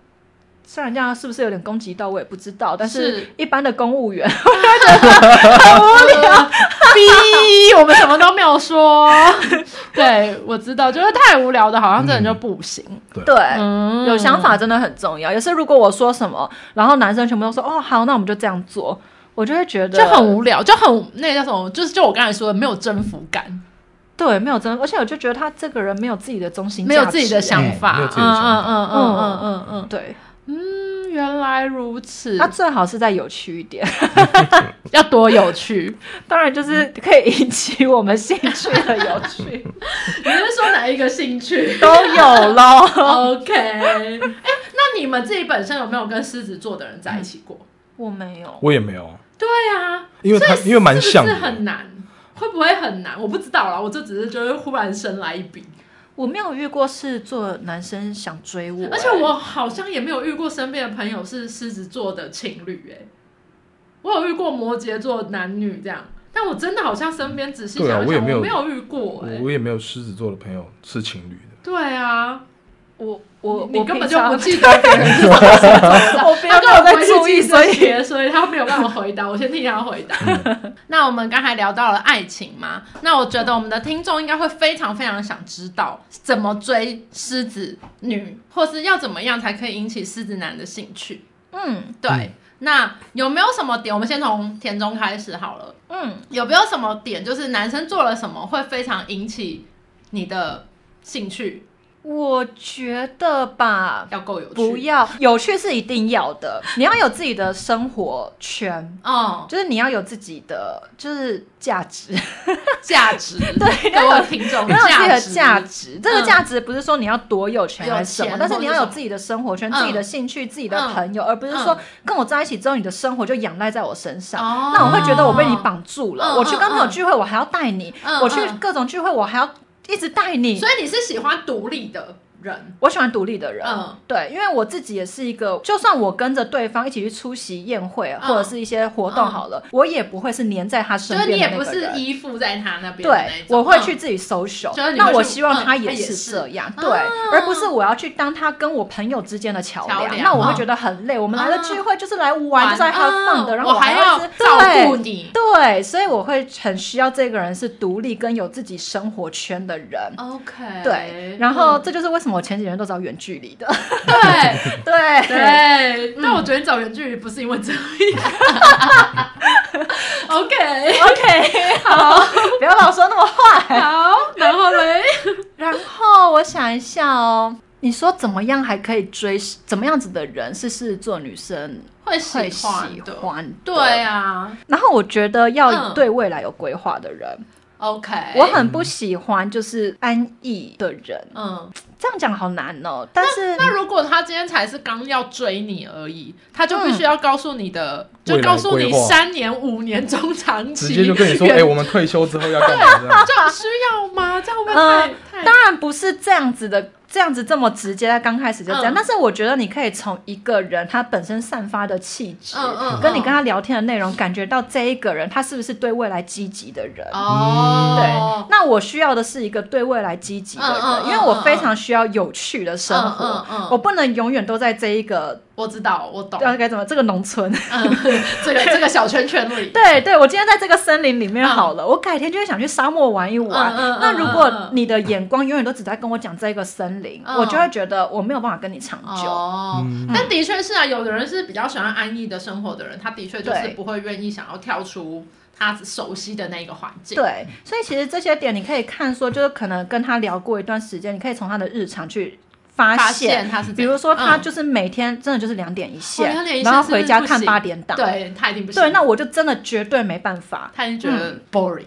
Speaker 1: 虽然这样是不是有点攻击到我也不知道，但是
Speaker 2: 是
Speaker 1: 一般的公务员，
Speaker 2: 逼，我们什么都没有说。 对，我知道，就是太无聊的，好像真
Speaker 3: 嗯
Speaker 2: 的就不行。
Speaker 1: 对，
Speaker 2: 嗯
Speaker 1: 有想法真的很重要。也是如果我说什么，然后男生全部都说哦好，那我们就这样做，我就会觉得
Speaker 2: 就很无聊，就很那个叫什么，就是就我刚才说的，没有征服感，
Speaker 1: 对，没有真，而且我就觉得他这个人没有自己的中心，
Speaker 2: 没有自己的。想法，
Speaker 3: 哎没有
Speaker 2: 嗯
Speaker 3: 自己的
Speaker 2: 嗯嗯
Speaker 3: 想法
Speaker 2: 嗯嗯嗯嗯
Speaker 1: 对，
Speaker 2: 嗯，原来如此
Speaker 1: 他，最好是再有趣一点，
Speaker 2: 要多有趣！
Speaker 1: 当然
Speaker 2: 嗯
Speaker 1: 就是可以引起我们兴趣的有 趣
Speaker 2: 你是说哪一个兴 趣
Speaker 1: 都有喽。
Speaker 2: ？OK，哎、那你们自己本身有没有跟狮子座的人在一起过？
Speaker 1: 我没有，
Speaker 3: 我也没有，
Speaker 2: 对啊，
Speaker 3: 因为他
Speaker 2: 所以
Speaker 3: 因为蛮像
Speaker 2: 是
Speaker 3: 的
Speaker 2: 不是很难，会不会很难？我不知道啦，我就只是觉得忽然生来一笔，
Speaker 1: 我没有遇过是做男生想追我、欸
Speaker 2: 而且我好像也没有遇过身边的朋友是狮子座的情侣、哎，我有遇过摩羯座男女这样，但我真的好像身边仔细想一
Speaker 3: 对啊
Speaker 2: 想，
Speaker 3: 我也没有
Speaker 2: 没有遇过、
Speaker 3: 我
Speaker 2: 哎，
Speaker 3: 我也没有狮子座的朋友是情侣的，
Speaker 2: 对啊，
Speaker 1: 我我
Speaker 2: 你
Speaker 1: 我
Speaker 2: 根本
Speaker 1: 平
Speaker 2: 就
Speaker 1: 常
Speaker 2: 不记得别人是什么星座 的。
Speaker 1: 我平
Speaker 2: 他
Speaker 1: 常没有在
Speaker 2: 根本不会
Speaker 1: 注
Speaker 2: 去
Speaker 1: 意，
Speaker 2: 记
Speaker 1: 所
Speaker 2: 这
Speaker 1: 以
Speaker 2: 些，所以他没有办法回答。我先替他回答。
Speaker 1: 嗯
Speaker 2: 那我们刚才聊到了爱情嘛，那我觉得我们的听众应该会非常非常想知道怎么追狮子女，或是要怎么样才可以引起狮子男的兴趣。
Speaker 1: 嗯
Speaker 2: 对，
Speaker 3: 嗯
Speaker 2: 那有没有什么点？我们先从田中开始好了。
Speaker 1: 嗯，
Speaker 2: 有没有什么点，就是男生做了什么会非常引起你的兴趣？
Speaker 1: 我觉得吧，
Speaker 2: 要够有趣，
Speaker 1: 不要有趣是一定要的，你要有自己的生活圈。
Speaker 2: 哦，
Speaker 1: 就是你要有自己的，就是价值，
Speaker 2: 价值，
Speaker 1: 对
Speaker 2: 各位听众，
Speaker 1: 你要有自己的
Speaker 2: 值嗯
Speaker 1: 价值。这个价值不是说你要多有钱
Speaker 2: 有
Speaker 1: 还是什么，
Speaker 2: 钱
Speaker 1: 但是
Speaker 2: 或
Speaker 1: 你
Speaker 2: 者
Speaker 1: 要有
Speaker 2: 什么
Speaker 1: 自己的生活圈、
Speaker 2: 嗯
Speaker 1: 自己的兴趣、自己的
Speaker 2: 嗯
Speaker 1: 朋友，而不是
Speaker 2: 嗯
Speaker 1: 说跟我在一起之后，你的生活就仰赖在我身上。
Speaker 2: 哦
Speaker 1: 那我会觉得我被你，绑住了。
Speaker 2: 嗯
Speaker 1: 我去跟朋友
Speaker 2: 嗯
Speaker 1: 聚会，我还要带你；
Speaker 2: 嗯
Speaker 1: 我去
Speaker 2: 嗯
Speaker 1: 各种聚会，我还要一直带你。
Speaker 2: 哦所以你是喜欢独立的人，
Speaker 1: 我喜欢独立的人，
Speaker 2: 嗯
Speaker 1: 对，因为我自己也是一个，就算我跟着对方一起去出席宴会、啊
Speaker 2: 嗯
Speaker 1: 或者是一些活动好了，我也不会是黏在他身
Speaker 2: 就是你
Speaker 1: 边
Speaker 2: 也
Speaker 1: 的
Speaker 2: 不
Speaker 1: 那个
Speaker 2: 是
Speaker 1: 人。
Speaker 2: 依附在他那边的那
Speaker 1: 对
Speaker 2: 一，种，
Speaker 1: 我会
Speaker 2: 嗯
Speaker 1: 去。自己 social，、
Speaker 2: 就是你会
Speaker 1: 那我
Speaker 2: 去
Speaker 1: 希望他
Speaker 2: 嗯他也
Speaker 1: 是
Speaker 2: 是
Speaker 1: 这样，
Speaker 2: 啊
Speaker 1: 对，而不是我要去当他跟我朋友之间的桥
Speaker 2: 桥梁
Speaker 1: 那我会
Speaker 2: 嗯
Speaker 1: 觉得很累。我们来
Speaker 2: 啊
Speaker 1: 了聚会就是来玩，就是来 have fun 的，
Speaker 2: 嗯
Speaker 1: 然后
Speaker 2: 我
Speaker 1: 还
Speaker 2: 要
Speaker 1: 是
Speaker 2: 照
Speaker 1: 对
Speaker 2: 顾你。
Speaker 1: 对，所以我会很需要这个人是独立跟有自己生活圈的人。
Speaker 2: OK，
Speaker 1: 对，然后
Speaker 2: 嗯
Speaker 1: 这就是为什么我前几年都找远距离的，
Speaker 2: 对
Speaker 1: 对
Speaker 2: 对，但我觉得你找远距离不是因为这 样。OK，
Speaker 1: OK，好，不要老说那么坏。
Speaker 2: 好，然后嘞，
Speaker 1: 然后我想一下哦，你说怎么样还可以追？怎么样子的人是狮子座女生
Speaker 2: 会
Speaker 1: 会
Speaker 2: 喜
Speaker 1: 喜
Speaker 2: 欢的，
Speaker 1: 欢？
Speaker 2: 对。啊
Speaker 1: 然后我觉得要
Speaker 2: 嗯哎
Speaker 1: 对未来有规划的人，
Speaker 2: ，OK，
Speaker 1: 我很不喜欢就是安逸的人。
Speaker 2: 嗯，
Speaker 1: 这样讲好难哦，但是
Speaker 2: 那如果他今天才是刚要追你而已，他就必须要告诉你的，就
Speaker 3: 嗯未来
Speaker 2: 告诉你
Speaker 3: 规划
Speaker 2: 三年、五年中长期，
Speaker 3: 直接就跟 你说，
Speaker 2: 远
Speaker 3: 哎，我们退休之后要干嘛这样？
Speaker 2: 这样需要吗？这样会不
Speaker 1: 呃
Speaker 2: 会太太？
Speaker 1: 当然不是这样子的，这样子这么直接，在刚开始就这样。
Speaker 2: 嗯
Speaker 1: 但是我觉得你可以从一个人他本身散发的气质，
Speaker 2: 嗯嗯嗯
Speaker 1: 跟你跟他聊天的内容，感觉到这一个人他是不是对未来积极的人。
Speaker 2: 哦
Speaker 1: 对，，那我需要的是一个对未来积极的人，
Speaker 2: 嗯嗯嗯
Speaker 1: 因为我非常需要有趣的生活，
Speaker 2: 嗯嗯嗯
Speaker 1: 我不能永远都在这一个
Speaker 2: 我知道，我懂，
Speaker 1: 要该怎么这个农村。
Speaker 2: 嗯， 这个这个小圈圈里，
Speaker 1: 对对，我今天在这个森林里面好了，我改天就会想去沙漠玩一玩。
Speaker 2: 嗯嗯嗯嗯
Speaker 1: 那如
Speaker 2: 嗯
Speaker 1: 果
Speaker 2: 嗯
Speaker 1: 你的眼光永远都只在跟我讲这个森林，
Speaker 2: 嗯
Speaker 1: 我就会觉得我没有办法跟你长久。
Speaker 2: 哦，
Speaker 3: 嗯
Speaker 2: 但的确是啊，有的人是比较喜欢安逸的生活的人，他的确就是
Speaker 1: 对
Speaker 2: 不会愿意想要跳出他熟悉的那个环境。
Speaker 1: 对，所以其实这些点你可以看说，就是可能跟他聊过一段时间，你可以从他的日常去发
Speaker 2: 发
Speaker 1: 现。
Speaker 2: 现他是怎样，
Speaker 1: 比如说，他
Speaker 2: 嗯
Speaker 1: 就是每天真的就是两点一线，
Speaker 2: 哦两点一线
Speaker 1: 然后回家
Speaker 2: 是不
Speaker 1: 看
Speaker 2: 是不行
Speaker 1: 八点档。
Speaker 2: 对他一定不行，
Speaker 1: 对，那我就真的绝对没办法。
Speaker 2: 他已经觉得 boring，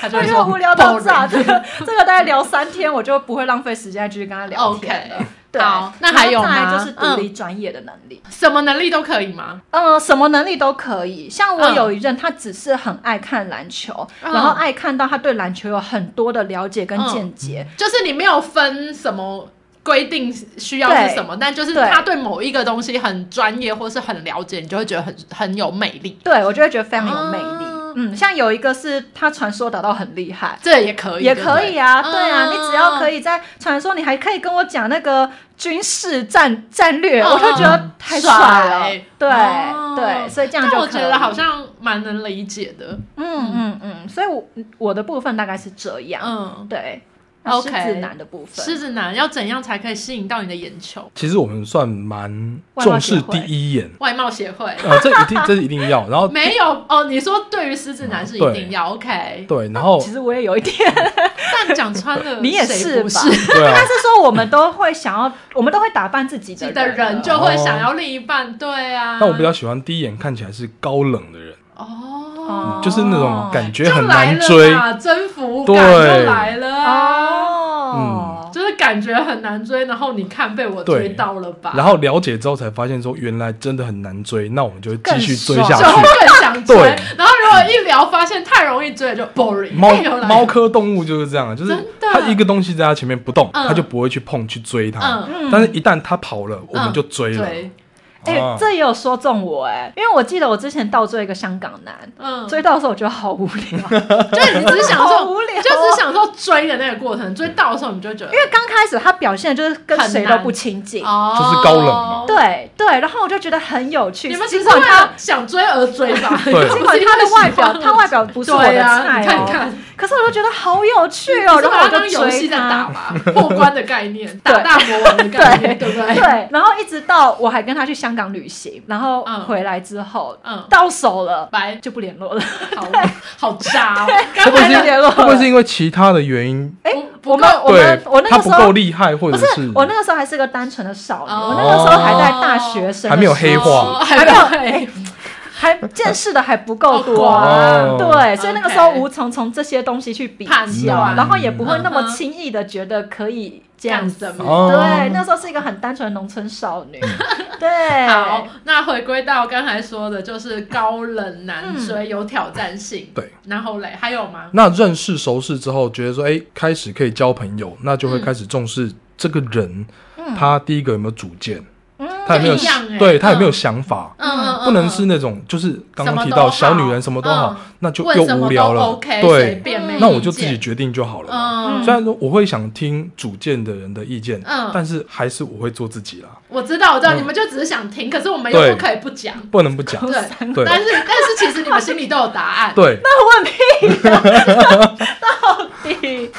Speaker 2: 他就
Speaker 1: 我
Speaker 2: 会
Speaker 1: 觉
Speaker 2: 说
Speaker 1: 得无聊到炸，
Speaker 2: boring
Speaker 1: 这 个这个大概聊三天，我就不会浪费时间继续跟他聊天
Speaker 2: OK，
Speaker 1: 了。对
Speaker 2: 好，那还有
Speaker 1: 然后再来
Speaker 2: 吗？
Speaker 1: 就是独立专业的能力，
Speaker 2: 嗯，什么能力都可以吗？
Speaker 1: 嗯、什么能力都可以。像我
Speaker 2: 嗯
Speaker 1: 有一任，他只是很爱看篮球，
Speaker 2: 嗯
Speaker 1: 然后爱看到他对篮球有很多的了解跟见解。
Speaker 2: 就是你没有分什么。规定需要是什么，但就是
Speaker 1: 对
Speaker 2: 他对某一个东西很专业或是很了解，你就会觉得很很有魅力，
Speaker 1: 对我就会觉得非常有魅力。
Speaker 2: 啊
Speaker 1: 嗯，像有一个是他传说打到很厉害，
Speaker 2: 这也可以，
Speaker 1: 也
Speaker 2: 对不对
Speaker 1: 可以啊，对啊，
Speaker 2: 嗯
Speaker 1: 你只要可以在传说，你还可以跟我讲那个军事战战略，
Speaker 2: 嗯
Speaker 1: 我就觉得太帅了
Speaker 2: 帅。
Speaker 1: 对
Speaker 2: 哦
Speaker 1: 对，所以这样就
Speaker 2: 但
Speaker 1: 可以
Speaker 2: 我觉得好，像蛮能理解的。
Speaker 1: 嗯嗯嗯，所以我我的部分大概是这样，
Speaker 2: 嗯，
Speaker 1: 对。那
Speaker 2: OK
Speaker 1: 狮子男的部分
Speaker 2: 狮子男要怎样才可以吸引到你的眼球？
Speaker 3: 其实我们算蛮
Speaker 1: 外貌
Speaker 3: 重
Speaker 1: 协
Speaker 3: 视
Speaker 1: 会
Speaker 3: 第一眼，
Speaker 2: 外貌协会
Speaker 3: 呃，这一定这是一定要。然 后
Speaker 2: 没有哦？你说对于狮子男是一定要 OK，
Speaker 3: 对，然后
Speaker 1: 其实我也有一点，
Speaker 2: 但讲穿了
Speaker 1: 你也
Speaker 2: 哦谁
Speaker 1: 是
Speaker 2: 不
Speaker 1: 吧？
Speaker 2: 是？
Speaker 3: 对啊
Speaker 1: 但，是说我们都会想要，我们都会打扮自己
Speaker 2: 自己
Speaker 1: 的啊
Speaker 2: 的人就会想要另一半，对啊。
Speaker 3: 但我比较喜欢第一眼看起来是高冷的人，
Speaker 2: 哦，
Speaker 3: 就是那种感觉
Speaker 2: 就
Speaker 3: 很
Speaker 2: 来
Speaker 3: 难
Speaker 2: 了
Speaker 3: 追。
Speaker 2: 嘛，征服感
Speaker 3: 对
Speaker 2: 就来了啊。
Speaker 1: 哦，
Speaker 3: 嗯
Speaker 2: 就是感觉很难追，然后你看被我追
Speaker 3: 对
Speaker 2: 到了吧，
Speaker 3: 然后了解之后才发现说，原来真的很难追，那我们就会继续追
Speaker 1: 更
Speaker 3: 下
Speaker 1: 爽
Speaker 2: 就会
Speaker 3: 去。
Speaker 2: 更想追
Speaker 3: 对。
Speaker 2: 然后如果一聊发现太容易追，就 boring。
Speaker 3: 猫
Speaker 2: 又来了
Speaker 3: 猫科动物就是这样，就是
Speaker 2: 真的
Speaker 3: 它一个东西在它前面不动，
Speaker 2: 嗯
Speaker 3: 它就不会去碰去追它。
Speaker 2: 嗯，
Speaker 1: 嗯
Speaker 3: 但是，一旦它跑了，我们就追了。
Speaker 2: 追，
Speaker 1: 哎、
Speaker 3: 啊
Speaker 1: 这也有说中我哎、因为我记得我之前倒追一个香港男，
Speaker 2: 嗯，
Speaker 1: 追到的时候我觉得好无 聊，
Speaker 2: 就是你只是享
Speaker 1: 好
Speaker 2: 受，
Speaker 1: 无聊哦、
Speaker 2: 就只享受追的那个过程，追到的时候你就觉得
Speaker 1: 因为刚开始他表现就是跟
Speaker 2: 很
Speaker 1: 谁都
Speaker 2: 难
Speaker 1: 不亲近，
Speaker 2: 哦
Speaker 3: 就是高冷嘛，
Speaker 1: 对对，然后我就觉得很有趣，
Speaker 2: 你们只
Speaker 1: 尽
Speaker 2: 是为
Speaker 1: 管他
Speaker 2: 了想追而追吧，
Speaker 3: 对
Speaker 1: 尽管他的外表，他外表不
Speaker 2: 不
Speaker 1: 是我的
Speaker 2: 啊，
Speaker 1: 菜
Speaker 2: 你
Speaker 1: 哦
Speaker 2: 看、看，
Speaker 1: 可是我就觉得好有趣哦，
Speaker 2: 你是
Speaker 1: 然后
Speaker 2: 把
Speaker 1: 我
Speaker 2: 它当
Speaker 1: 就
Speaker 2: 游戏
Speaker 1: 追
Speaker 2: 在打
Speaker 1: 他。
Speaker 2: 吧，破关的 概念，打大魔王的概念，对不对？
Speaker 1: 对，然后一直到我还跟他去香港旅行，然后
Speaker 2: 嗯
Speaker 1: 回来之后、
Speaker 2: 嗯，
Speaker 1: 到手了
Speaker 2: 白，
Speaker 1: 就不联络了，
Speaker 2: 好好渣哦，
Speaker 1: 不
Speaker 2: 刚
Speaker 1: 会
Speaker 2: 才
Speaker 1: 是
Speaker 2: 的
Speaker 1: 联络了？
Speaker 3: 会不会是因为其他的原因？
Speaker 1: 哎
Speaker 2: 不不
Speaker 1: 我们
Speaker 2: 够
Speaker 1: 我
Speaker 3: 对
Speaker 1: 们我，那
Speaker 3: 它
Speaker 1: 个
Speaker 3: 不
Speaker 1: 时
Speaker 3: 够
Speaker 1: 候
Speaker 3: 厉害，或者
Speaker 1: 不是我那个时候还是个单纯的少女，
Speaker 2: 哦
Speaker 1: 我那个时候还在大学生的时候，
Speaker 3: 还没有黑化
Speaker 2: 哦还没有黑，
Speaker 1: 还见识的还不够多
Speaker 3: 哦
Speaker 1: 啊，对，所以那个时候
Speaker 2: OK
Speaker 1: 无从从这些东西去比
Speaker 2: 判
Speaker 1: 较，
Speaker 2: 断
Speaker 1: 然后也不会那
Speaker 2: 嗯
Speaker 1: 么
Speaker 2: 哼
Speaker 1: 轻易的觉得可以这
Speaker 2: 这样
Speaker 1: 样
Speaker 2: 子
Speaker 1: 子。
Speaker 2: 的嘛。
Speaker 3: 哦嗯
Speaker 1: 对，那时候是一个很单纯的农村少女，
Speaker 2: 好
Speaker 1: 对，，
Speaker 2: 那回归到刚才说的，就是高冷难追，有挑战性。
Speaker 3: 对，
Speaker 2: 然后嘞，还有吗？
Speaker 3: 那认识熟识之后，觉得说，哎、开始可以交朋友，那就会
Speaker 2: 嗯
Speaker 3: 开始重视这个人，
Speaker 1: 嗯
Speaker 3: 他第一个有没有主见，
Speaker 1: 嗯
Speaker 3: 他有没有
Speaker 2: 不一样欸，
Speaker 3: 对他有没有
Speaker 2: 嗯
Speaker 3: 想法，
Speaker 2: 嗯嗯嗯，
Speaker 3: 不能是
Speaker 2: 嗯
Speaker 3: 那种就是刚
Speaker 2: 什么
Speaker 3: 刚提
Speaker 2: 都
Speaker 3: 到小
Speaker 2: 好
Speaker 3: 女人什么都好，
Speaker 2: 嗯
Speaker 3: 那就
Speaker 2: 问
Speaker 3: 又
Speaker 2: 什么
Speaker 3: 无
Speaker 2: 都
Speaker 3: 聊了。
Speaker 2: OK，随
Speaker 3: 对，
Speaker 2: 便
Speaker 1: 嗯
Speaker 2: 没
Speaker 3: 那我
Speaker 2: 意
Speaker 3: 就自己
Speaker 2: 见
Speaker 3: 决定就好了嘛。
Speaker 2: 嗯，
Speaker 3: 虽然说我会想听主见的人的意见，
Speaker 2: 嗯
Speaker 3: 但是还是我会做自己啦，
Speaker 2: 我知道，我知道，
Speaker 3: 嗯
Speaker 2: 你们就只是想听，可是我们又
Speaker 3: 对
Speaker 2: 不可以不讲。
Speaker 3: 不能不讲。
Speaker 2: 对，
Speaker 3: 对
Speaker 2: 但是但是其实你们心里都有答案。
Speaker 3: 对，
Speaker 1: 那问屁 呀，到底，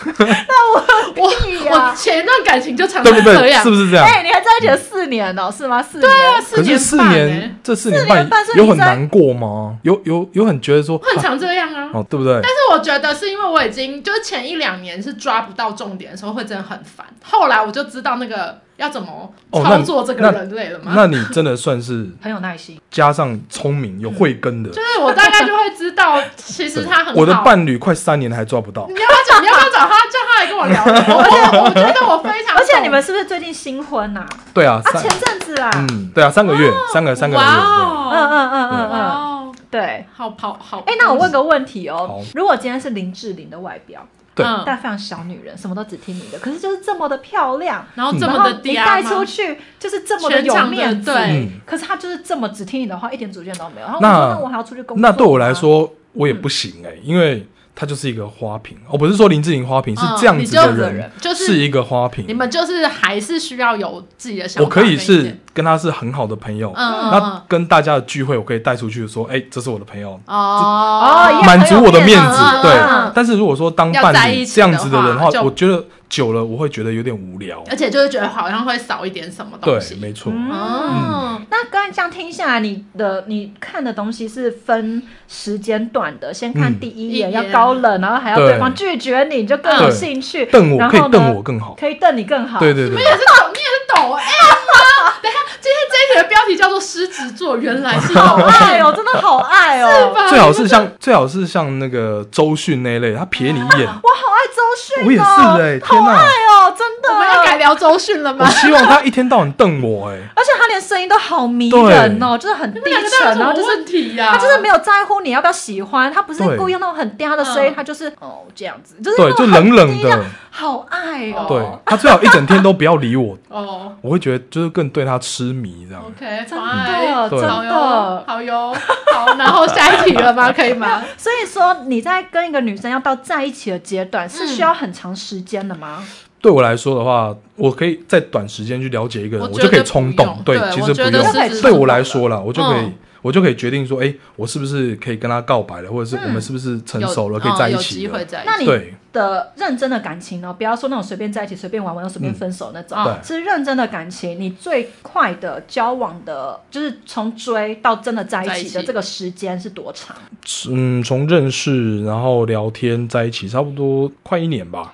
Speaker 1: 那问屁
Speaker 2: 我
Speaker 1: 呀，
Speaker 2: 前一段感情就常
Speaker 3: 对
Speaker 2: 常
Speaker 3: 不
Speaker 2: 这
Speaker 3: 对？
Speaker 2: 样
Speaker 3: 是，不是这样？
Speaker 1: 哎，你还在一起了四年哦，是吗？四年，
Speaker 2: 对啊，
Speaker 3: 可是
Speaker 2: 四
Speaker 3: 四
Speaker 2: 半欸
Speaker 3: 年，这四年
Speaker 1: 四年半所以
Speaker 3: 有
Speaker 1: 你
Speaker 3: 很
Speaker 1: 在
Speaker 3: 难过吗？有有有很觉得说，
Speaker 2: 我很
Speaker 3: 啊
Speaker 2: 常这样啊。
Speaker 3: 哦，对不对？
Speaker 2: 但是我觉得是因为我已经就是前一两年是抓不到重点的时候，会真的很烦。后来我就知道那个要怎么
Speaker 3: 哦那
Speaker 2: 操作这个人类了嘛。
Speaker 3: 那你真的算是
Speaker 1: 很有耐心，
Speaker 3: 加上聪明有慧根的
Speaker 2: 就。是我大概就会知道，其实他很好。
Speaker 3: 我的伴侣快三年了还抓不到
Speaker 2: 你，要不要讲？你要不要找他，叫他来跟我聊？我觉得我觉得我非常懂，
Speaker 1: 而且你们是不是最近新婚呐？
Speaker 3: 对啊，
Speaker 1: 啊，
Speaker 3: 三
Speaker 1: 前阵子啊，嗯
Speaker 3: 嗯，对啊，三个月，三个三个月，
Speaker 2: 哇
Speaker 3: 对
Speaker 2: 哦，
Speaker 1: 嗯嗯嗯
Speaker 2: 哇
Speaker 1: 嗯，
Speaker 2: 哦，
Speaker 1: 对。
Speaker 2: 好跑好。
Speaker 1: 哎，那我问个问题哦
Speaker 3: 好，
Speaker 1: 如果今天是林志玲的外表，
Speaker 3: 对
Speaker 2: 嗯
Speaker 1: 但非常小女人，什么都只听你的，可是就是这么的漂亮，
Speaker 2: 然后这
Speaker 3: 嗯
Speaker 1: 嗯然
Speaker 2: 么
Speaker 1: 后
Speaker 2: 的
Speaker 1: 你
Speaker 2: 嗲
Speaker 1: 带
Speaker 2: 吗
Speaker 1: 出去就是这么的
Speaker 2: 全
Speaker 1: 有
Speaker 2: 场的
Speaker 1: 面子，
Speaker 2: 对
Speaker 3: 嗯
Speaker 1: 可是她就是这么只听你的话，一点主见都没有。然后我
Speaker 3: 那
Speaker 1: 说那我还要出去工作，
Speaker 3: 那对我来，说我也不行哎、因为他就是一个花瓶。我、不是说林志玲花瓶，是
Speaker 2: 嗯
Speaker 3: 这样
Speaker 2: 你
Speaker 3: 子的
Speaker 2: 这样子的
Speaker 3: 人，
Speaker 2: 人就是
Speaker 3: 一个花瓶。
Speaker 2: 你们就是还是需要有自己的想法。
Speaker 3: 我可
Speaker 2: 跟
Speaker 3: 以
Speaker 2: 意
Speaker 3: 是
Speaker 2: 见
Speaker 3: 跟他是很好的朋友，
Speaker 2: 嗯嗯
Speaker 3: 那
Speaker 2: 嗯
Speaker 3: 跟大家的聚会，我可以带出去说，哎、这是我的朋友，
Speaker 2: 哦
Speaker 1: 哦一样
Speaker 3: 满足我的面子。
Speaker 2: 嗯嗯嗯
Speaker 3: 对、
Speaker 1: 嗯
Speaker 3: 但是如果说当
Speaker 2: 要在
Speaker 3: 伴
Speaker 2: 一
Speaker 3: 侣
Speaker 2: 起
Speaker 3: 这样子的
Speaker 2: 的
Speaker 3: 人
Speaker 2: 话就
Speaker 3: 我觉得久了我会觉得有点无聊。
Speaker 2: 而且就是觉得好像会少一点什么
Speaker 3: 对
Speaker 2: 东，西。
Speaker 3: 没错、
Speaker 2: 哦，
Speaker 1: 嗯那刚才这样听下来，你的你看的东西是分时间段的，先看
Speaker 3: 嗯
Speaker 1: 第一
Speaker 2: 一
Speaker 1: 眼要
Speaker 2: 眼
Speaker 1: 高冷，然后还要
Speaker 3: 对
Speaker 1: 对方拒绝你，你就更有
Speaker 3: 对
Speaker 1: 兴趣。
Speaker 3: 瞪我
Speaker 1: 然
Speaker 3: 可以
Speaker 1: 后呢
Speaker 3: 瞪我更好。
Speaker 1: 可以瞪你更好。
Speaker 3: 对对对
Speaker 2: 你，也是抖，你也是抖 M 吗？哎等一下，今天这一题的标题叫做狮子座，原来是
Speaker 1: 好
Speaker 2: 抖
Speaker 1: 爱
Speaker 2: M。
Speaker 1: 哦，真的好爱哦！
Speaker 2: 吧
Speaker 3: 最好是像最好是像那个周迅那一类，他瞥你一
Speaker 1: 我
Speaker 3: 眼，
Speaker 1: 好爱周迅、哦，
Speaker 3: 我也是哎、天
Speaker 1: 好
Speaker 3: 哪、
Speaker 1: 爱哦，真的。
Speaker 2: 我们要改聊周迅了吗
Speaker 3: 我？希望他一天到晚瞪我、哎，
Speaker 1: 而且他连声音都好迷人哦，就是很低
Speaker 2: 你们两 个到底有
Speaker 1: 沉，
Speaker 2: 什
Speaker 1: 然后
Speaker 2: 么
Speaker 1: 就是
Speaker 2: 问题呀、
Speaker 1: 他就是没有在乎你要不要喜欢，他不是
Speaker 3: 对
Speaker 1: 故意用那种很嗲的声
Speaker 2: 嗯
Speaker 1: 音，他就是哦这样子，就是
Speaker 3: 对，啊
Speaker 1: 那
Speaker 3: 就
Speaker 1: 种
Speaker 3: 冷
Speaker 1: 很
Speaker 3: 冷
Speaker 1: 低调
Speaker 3: 的，
Speaker 1: 好爱哦。
Speaker 3: 对他最好一整天都不要理我，
Speaker 2: 哦
Speaker 3: 我会觉得就是更对他痴迷这样。
Speaker 2: ，OK，
Speaker 1: 真
Speaker 2: 拜
Speaker 1: 的，
Speaker 3: 对
Speaker 1: 真
Speaker 2: 好哟，
Speaker 1: 的。
Speaker 2: 好哟，好，然后下一题了吗？可以吗？
Speaker 1: 所以说，你在跟一个女生要到在一起的阶段，是需要很长时间的吗？
Speaker 3: 对我来说的话，我可以在短时间去了解一个人，我
Speaker 2: 觉得
Speaker 3: 就可以冲
Speaker 2: 不
Speaker 3: 动
Speaker 2: 用。
Speaker 3: 对，
Speaker 2: 对，
Speaker 3: 其
Speaker 2: 我
Speaker 3: 实
Speaker 2: 觉
Speaker 3: 不
Speaker 2: 得
Speaker 3: 用
Speaker 1: 是。
Speaker 2: 狮子
Speaker 3: 对
Speaker 2: 座
Speaker 3: 我来
Speaker 2: 的
Speaker 3: 说啦，我就可以
Speaker 2: 嗯，
Speaker 3: 我就可以决定说，哎，我是不是可以跟他告白了，或者是我们是不是成
Speaker 2: 有
Speaker 3: 熟了，可
Speaker 2: 嗯
Speaker 3: 以在一
Speaker 2: 有
Speaker 3: 起
Speaker 2: 机会
Speaker 3: 了？
Speaker 2: 在一
Speaker 1: 那
Speaker 2: 起。
Speaker 1: 你
Speaker 3: 对，
Speaker 1: 的认真的感情呢，不要说那种随便在一起、随便玩玩又随便分手那种，啊
Speaker 2: 嗯
Speaker 3: 对
Speaker 1: 是认真的感情。你最快的交往的，就是从追到真的在
Speaker 2: 在
Speaker 1: 一
Speaker 2: 一
Speaker 1: 起的
Speaker 2: 起
Speaker 1: 这个时间是多长？
Speaker 3: 嗯，从认识然后聊天在一起，差不多快一年 吧。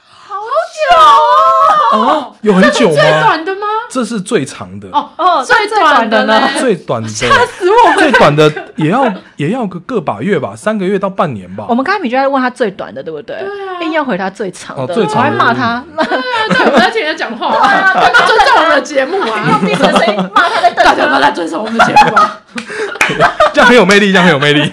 Speaker 2: 哦，
Speaker 3: 有很久
Speaker 2: 最
Speaker 3: 吗？
Speaker 2: 短的吗？
Speaker 3: 这是最长的，
Speaker 2: 哦
Speaker 1: 哦
Speaker 2: 最短的呢
Speaker 3: 最短的，
Speaker 1: 死我！
Speaker 3: 最短的也要也要个个把月吧，三个月到半年吧
Speaker 1: 我。们刚才米就在问他最短的，对不对？嗯
Speaker 2: 对啊
Speaker 1: 硬要回答最长的，
Speaker 3: 哦最
Speaker 1: 我
Speaker 3: 长
Speaker 1: 还
Speaker 3: 的
Speaker 1: 骂他，
Speaker 2: 对对，我们在听人家讲话，他们尊重我们的节目啊，
Speaker 1: 闭着声 音骂他在
Speaker 2: 大
Speaker 1: 等
Speaker 2: 家都在遵守我们的节目啊，
Speaker 3: 这样很有魅力，这样很有 魅力。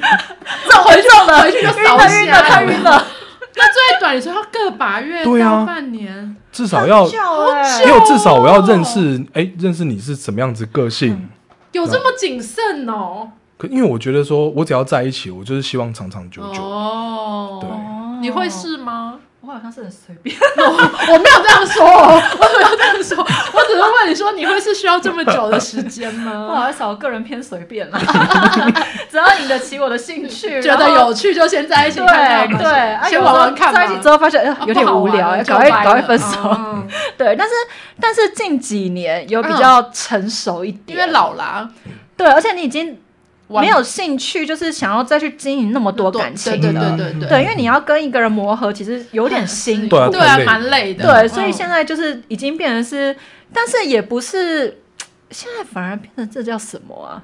Speaker 2: 这回去了，回去就
Speaker 1: 晕
Speaker 2: 扫
Speaker 1: 了晕了，他
Speaker 2: 下。
Speaker 1: 晕了，
Speaker 2: 那最短你说要个把月
Speaker 3: 对啊
Speaker 2: 到半年，
Speaker 3: 至少要，
Speaker 1: 很久欸
Speaker 3: 因为至少我要认识，哎，认识你是什么样子个
Speaker 2: 嗯
Speaker 3: 性。
Speaker 2: 有这么谨慎哦？
Speaker 3: 可因为我觉得说，我只要在一起，我就是希望长长久久。对
Speaker 2: 哦，你会？是吗？
Speaker 1: 我好像是很随便，
Speaker 2: 我没有这样说哦，我没有这样说，我只是问你说你会是需要这么久的时间
Speaker 1: 我
Speaker 2: 吗？
Speaker 1: 好像我个人偏随便啦， 只要引得起我的兴趣，
Speaker 2: 觉得
Speaker 1: 然后
Speaker 2: 有趣就先在一起看看
Speaker 1: 对
Speaker 2: 嘛，
Speaker 1: 对，啊
Speaker 2: 先
Speaker 1: 有时
Speaker 2: 玩
Speaker 1: 候
Speaker 2: 玩看嘛
Speaker 1: 在一起之后发现，哎，有点无聊，
Speaker 2: 啊
Speaker 1: 哎
Speaker 2: 不
Speaker 1: 赶
Speaker 2: 好玩
Speaker 1: 快
Speaker 2: 了就
Speaker 1: 赶快分手
Speaker 2: 掰。了嗯
Speaker 1: 对，但是但是近几年有比较成熟一
Speaker 2: 嗯因
Speaker 1: 点，
Speaker 2: 为老啦，
Speaker 1: 对，而且你已经
Speaker 2: 玩
Speaker 1: 没有兴趣，就是想要再去经营那么多感情
Speaker 2: 对
Speaker 1: 了。
Speaker 2: 对对对
Speaker 1: 对，因为你要跟一个人磨合，其实有点辛苦
Speaker 3: 对。啊
Speaker 2: 对啊，
Speaker 3: 太累
Speaker 2: 蛮累的。嗯
Speaker 1: 对，所以现
Speaker 2: 在
Speaker 1: 在就是已经变成是，但是也不是，现在反而变成这叫什么啊？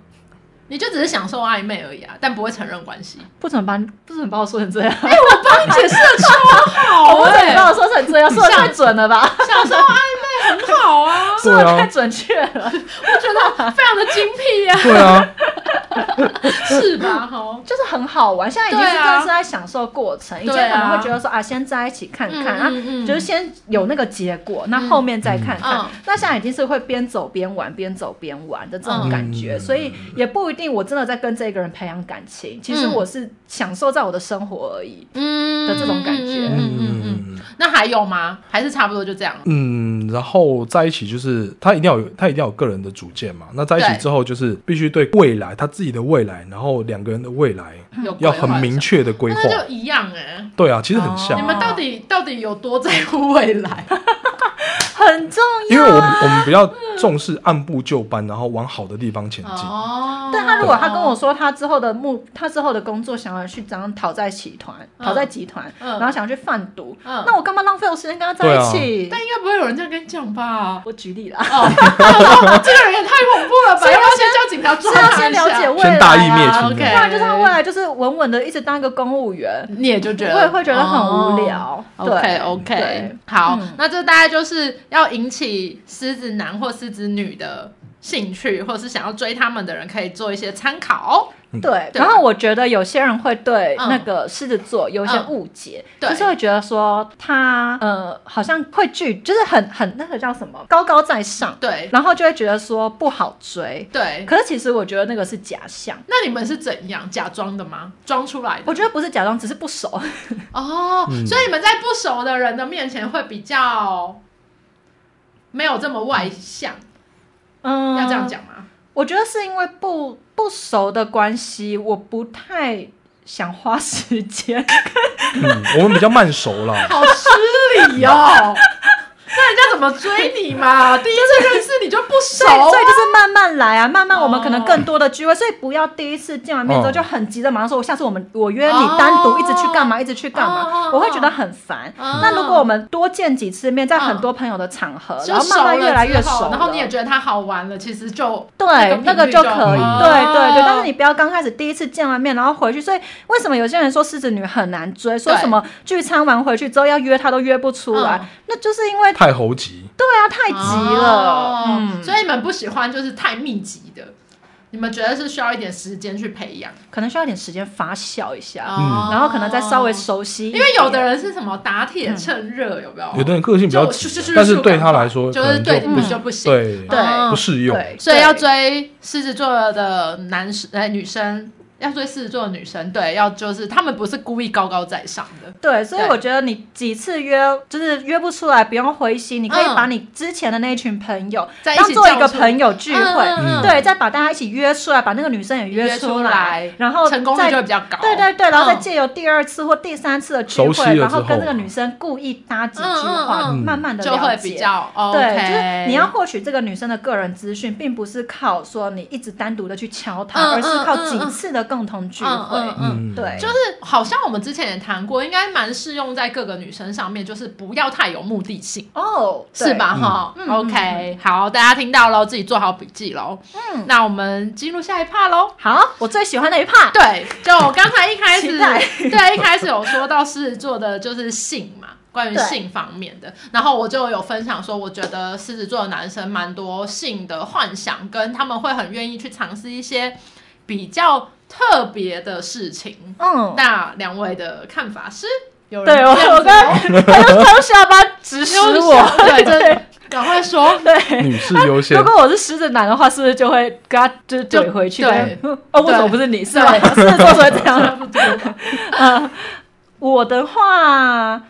Speaker 2: 你就只是享受暧昧而已啊，但不会承认关 系。哎
Speaker 1: 不准把不准把我说成这 样，
Speaker 2: 帮你解释的超好
Speaker 1: 我不准
Speaker 2: 哎，
Speaker 1: 把我说成这样，说的太准了吧？
Speaker 2: 享受暧昧很 好啊，
Speaker 1: 说
Speaker 3: 对
Speaker 1: 的太
Speaker 3: 啊，
Speaker 1: 准确了。
Speaker 2: 我觉得非常的精辟呀，
Speaker 3: 对啊，
Speaker 2: 是 吧？哈，
Speaker 1: 就是很好玩，现在已经是
Speaker 2: 对
Speaker 1: 真
Speaker 2: 啊
Speaker 1: 的是在享受过程，以前可能
Speaker 2: 对啊
Speaker 1: 会觉得说啊，先在一起看看，啊，
Speaker 2: 嗯嗯嗯嗯
Speaker 1: 就是先有那个结果，那后面再看看。
Speaker 2: 嗯嗯
Speaker 1: 那现在已经是会边走边玩，边走边玩的这种感觉，
Speaker 3: 嗯
Speaker 1: 所以也不一定我真的在跟这个人培养感情，其实
Speaker 2: 嗯
Speaker 1: 我是享受在我的生活而已。
Speaker 2: 嗯
Speaker 1: 的这种感觉
Speaker 2: 嗯嗯嗯嗯。
Speaker 3: 嗯
Speaker 2: 那还有吗？还是差不多就这样了。
Speaker 3: 嗯，然后在一起就是他一定要有他一定要有个人的主见嘛。那在一
Speaker 2: 对
Speaker 3: 起之后，就是必须对未来他自己的未来，然后两个人的未来
Speaker 1: 嗯
Speaker 2: 有规
Speaker 3: 要
Speaker 2: 划
Speaker 3: 很明确的规划。
Speaker 2: 那就一样哎、
Speaker 3: 对啊，其实很像
Speaker 2: 你
Speaker 1: 哦，
Speaker 2: 们到底到底有多在乎未 来？
Speaker 1: 很重要。
Speaker 3: 因为我们我们比较重视按部就班，然后往好的地方前进。
Speaker 2: 哦，
Speaker 1: 但他如果他跟我说他之后的目，他之后的工作想要去这样讨债集团，
Speaker 2: 嗯
Speaker 1: 讨债集团，
Speaker 2: 嗯
Speaker 1: 然后想要去贩毒，
Speaker 2: 嗯
Speaker 1: 那我干嘛浪费我时间跟他在一起？
Speaker 3: 啊
Speaker 2: 但应该不会有人这样跟你讲吧？
Speaker 1: 我举例啦，
Speaker 2: 哦， 这个人也太恐怖了吧！
Speaker 1: 所以要
Speaker 2: 要不要先叫警察抓
Speaker 1: 是要
Speaker 2: 他
Speaker 1: 先
Speaker 2: 一
Speaker 1: 了解
Speaker 2: 下？
Speaker 1: 未来、啊，
Speaker 3: 先大义灭亲
Speaker 2: ，OK，
Speaker 1: 不然就是他未来就是稳稳的一直当一个公务员，
Speaker 2: 你也就觉得哦
Speaker 1: 我也会觉得很无聊对
Speaker 2: OK OK，
Speaker 1: 对
Speaker 2: 好，
Speaker 1: 嗯
Speaker 2: 那这大概就是要引起狮子男或狮子女的兴趣，或是想要追他们的人可以做一些参考。
Speaker 1: 对。
Speaker 2: 对
Speaker 1: 然后我觉得有些人会对
Speaker 2: 嗯
Speaker 1: 那个狮子座有一些误解，
Speaker 2: 对
Speaker 1: 就是会觉得说他呃好像会拒，就是很很那个叫什么高高在上，
Speaker 2: 对
Speaker 1: 然后就会觉得说不好追。
Speaker 2: 对，
Speaker 1: 可是其实我觉得那个是假象，
Speaker 2: 那你们是怎样假装的吗？装出来的？
Speaker 1: 我觉得不是假装，只是不熟。
Speaker 2: 哦，
Speaker 3: 嗯
Speaker 2: 所以你们在不熟的人的面前会比较没有这么外向，
Speaker 1: 嗯，
Speaker 2: 要这样。讲吗？
Speaker 1: 我觉得是因为不不熟的关系，我不太想花时 间
Speaker 3: 嗯，我们比较慢熟啦。
Speaker 2: 好失 礼哦。那人家怎么追你嘛？第一次认识你就不熟
Speaker 1: 所以，
Speaker 2: 啊，
Speaker 1: 所以就是慢慢来啊，慢慢我们可能
Speaker 2: 哦
Speaker 1: 更多的聚会，所以不要第一次见完面之后
Speaker 3: 哦
Speaker 1: 就很急的马上说，我下次我们我约你
Speaker 2: 哦
Speaker 1: 单独一直去干嘛，一直去干
Speaker 2: 哦哦
Speaker 1: 嘛
Speaker 2: 哦，
Speaker 1: 我会觉得很烦。
Speaker 2: 哦
Speaker 1: 那如果我们多见几次面，在
Speaker 2: 嗯
Speaker 1: 很多朋友的场合，
Speaker 2: 哦就
Speaker 1: 然后慢慢
Speaker 2: 熟
Speaker 1: 越
Speaker 2: 了
Speaker 1: 来越
Speaker 2: 之后
Speaker 1: 熟了，
Speaker 2: 然后你也觉得他好玩了，其实就
Speaker 1: 对那
Speaker 2: 那
Speaker 1: 个
Speaker 2: 个频率
Speaker 1: 就可以，
Speaker 3: 就
Speaker 1: 对对对。
Speaker 2: 哦
Speaker 1: 但是你不要刚开始第一次见完面，然后回去。所以为什么有些人说狮子女很难追，说
Speaker 2: 对
Speaker 1: 什么聚餐完回去之后要约她都约不出
Speaker 2: 嗯
Speaker 1: 来，那就是因为对
Speaker 3: 太猴急，
Speaker 1: 啊太急了，
Speaker 2: 哦
Speaker 1: 嗯，
Speaker 2: 所以你们不喜欢就是太密集的，你们觉得是需要一点时间去培养，
Speaker 1: 可能需要点时间发酵一下，
Speaker 2: 哦
Speaker 1: 然后可能再稍微。熟悉一
Speaker 2: 因
Speaker 1: 点。
Speaker 2: 为有的人是什么打
Speaker 1: 嗯
Speaker 2: 铁趁热，有没有？
Speaker 3: 有的人个性比较
Speaker 2: 就
Speaker 3: 急啊
Speaker 2: 就就，
Speaker 3: 但是
Speaker 2: 就
Speaker 3: 对他来说
Speaker 2: 就
Speaker 3: 可
Speaker 2: 是
Speaker 3: 能
Speaker 2: 对
Speaker 3: 就
Speaker 2: 你
Speaker 3: 不
Speaker 2: 就不行。
Speaker 3: 对
Speaker 1: 对
Speaker 2: 嗯
Speaker 3: 不适用。
Speaker 1: 对，
Speaker 2: 所以要追狮子座的男生，呃，女生要追狮子座的女生，对，要就是他们不是故意高高在上的，
Speaker 1: 对，所以
Speaker 2: 对
Speaker 1: 我觉得你几次约就是约不出来，不用灰心，你可以
Speaker 2: 嗯
Speaker 1: 把你之前的那一群朋友
Speaker 2: 在一
Speaker 1: 当
Speaker 2: 起
Speaker 1: 做一个
Speaker 2: 叫出
Speaker 1: 朋友聚会，
Speaker 2: 嗯
Speaker 3: 嗯
Speaker 1: 对，再把大家一起约出来，把那个女生也
Speaker 2: 约
Speaker 1: 出
Speaker 2: 出来
Speaker 1: 然后
Speaker 2: 成功率
Speaker 1: 再
Speaker 2: 就会比较高。
Speaker 1: 对对对，然后再
Speaker 2: 嗯
Speaker 1: 借由第二次或第三次的聚
Speaker 3: 熟悉了
Speaker 1: 会，然
Speaker 3: 之后
Speaker 1: 后跟这个女生故意搭几句话，
Speaker 2: 嗯
Speaker 3: 嗯嗯
Speaker 1: 慢慢的
Speaker 2: 就会比。较 OK。
Speaker 1: 对，就是你要获取这个女生的个人资讯，并不是靠说你一直单独的去敲她，
Speaker 2: 嗯
Speaker 1: 而是靠几
Speaker 2: 嗯嗯嗯
Speaker 1: 次的共同聚会。
Speaker 2: 嗯嗯
Speaker 3: 嗯，
Speaker 1: 对
Speaker 2: 就是好像我们之前也谈过，应该蛮适用在各个女生上面，就是不要太有目的性。
Speaker 1: 哦，对
Speaker 2: 是？吧？哈、
Speaker 1: 嗯
Speaker 2: o k 好，大家听到喽，自己做好笔记喽。
Speaker 1: 嗯，
Speaker 2: 那我们进入下一趴喽。
Speaker 1: 好，我最喜欢的一 part。
Speaker 2: 对，就我刚才一开始，
Speaker 1: 期待
Speaker 2: 对，一开始有说到狮子座的就是性嘛，关于
Speaker 1: 对
Speaker 2: 性方面的。然后我就有分享说，我觉得狮子座的男生蛮多性的幻想，跟他们会很愿意去尝试一些比较特别的事情。
Speaker 1: 嗯，
Speaker 2: 那两位的看法是？有人
Speaker 1: 对我
Speaker 2: 这 样
Speaker 1: 我
Speaker 2: 子吗
Speaker 1: 刚他就他就下巴直使我。
Speaker 2: 对对，赶快说。
Speaker 1: 对，
Speaker 3: 女士优 先
Speaker 1: 如，果我是狮子男的话，是不是就会跟他就是怼回去？
Speaker 2: 就
Speaker 1: 对， 哦，为什么不是你？是吧？
Speaker 2: 对
Speaker 1: 狮子座所以这样。 呃，我的话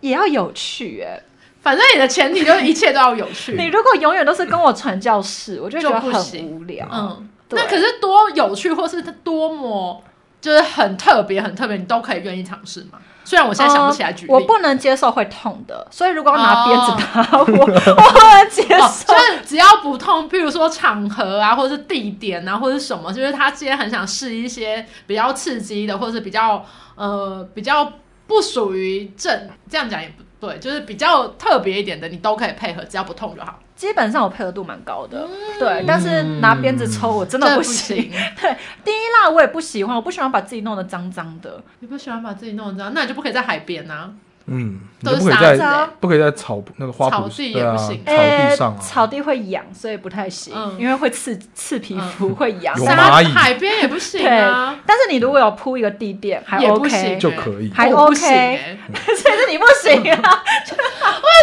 Speaker 1: 也要有趣哎、
Speaker 2: 反正你的前提就是一切都要有趣。
Speaker 1: 你如果永远都是跟我传教士，我就觉得
Speaker 2: 就不
Speaker 1: 很
Speaker 2: 行
Speaker 1: 无聊。
Speaker 2: 嗯，
Speaker 1: 对
Speaker 2: 那可是多有趣，或是多么就是很特别、很特别，你都可以愿意尝试嘛。虽然我现在想不起来举例，
Speaker 1: 哦我不能接受会痛的，所以如果要拿
Speaker 2: 哦
Speaker 1: 鞭子打我， 我不能接
Speaker 2: 哦
Speaker 1: 受。
Speaker 2: 就是只要不痛，譬如说场合啊，或是地点啊，或是什么，就是他今天很想试一些比较刺激的，或是比较呃比较不属于正，这样讲也不对，就是比较特别一点的，你都可以配合，只要不痛就好。
Speaker 1: 基本上我配合度蛮高的，对，但是拿鞭子抽我真的
Speaker 2: 这
Speaker 1: 不
Speaker 2: 嗯不
Speaker 1: 行。
Speaker 2: 行，
Speaker 1: 对，第一啦，我也不喜欢，我不喜欢把自己弄得脏脏的。
Speaker 2: 你不喜欢把自己弄脏，那你就不可以在海边啊。
Speaker 3: 嗯，你
Speaker 2: 都
Speaker 3: 就是不可以
Speaker 2: 沙
Speaker 3: 在
Speaker 2: 子啊
Speaker 3: 不可以在草那个花圃
Speaker 2: 草地也
Speaker 3: 对啊，
Speaker 2: 不
Speaker 3: 草
Speaker 2: 行
Speaker 3: 地上
Speaker 1: 诶
Speaker 3: 啊，
Speaker 1: 哎草地会痒，所以不太行，
Speaker 2: 嗯
Speaker 1: 因为会刺刺皮肤，会痒。
Speaker 3: 有
Speaker 2: 沙
Speaker 3: 蚂蚁
Speaker 2: 海边也不行啊，
Speaker 1: 但是你如果有铺一个地垫，还
Speaker 2: 也不
Speaker 1: OK，
Speaker 2: 行
Speaker 3: 就可以。
Speaker 1: 还
Speaker 2: 我不行
Speaker 1: OK
Speaker 2: 欸我
Speaker 1: 所以是你不行啊。
Speaker 2: 也觉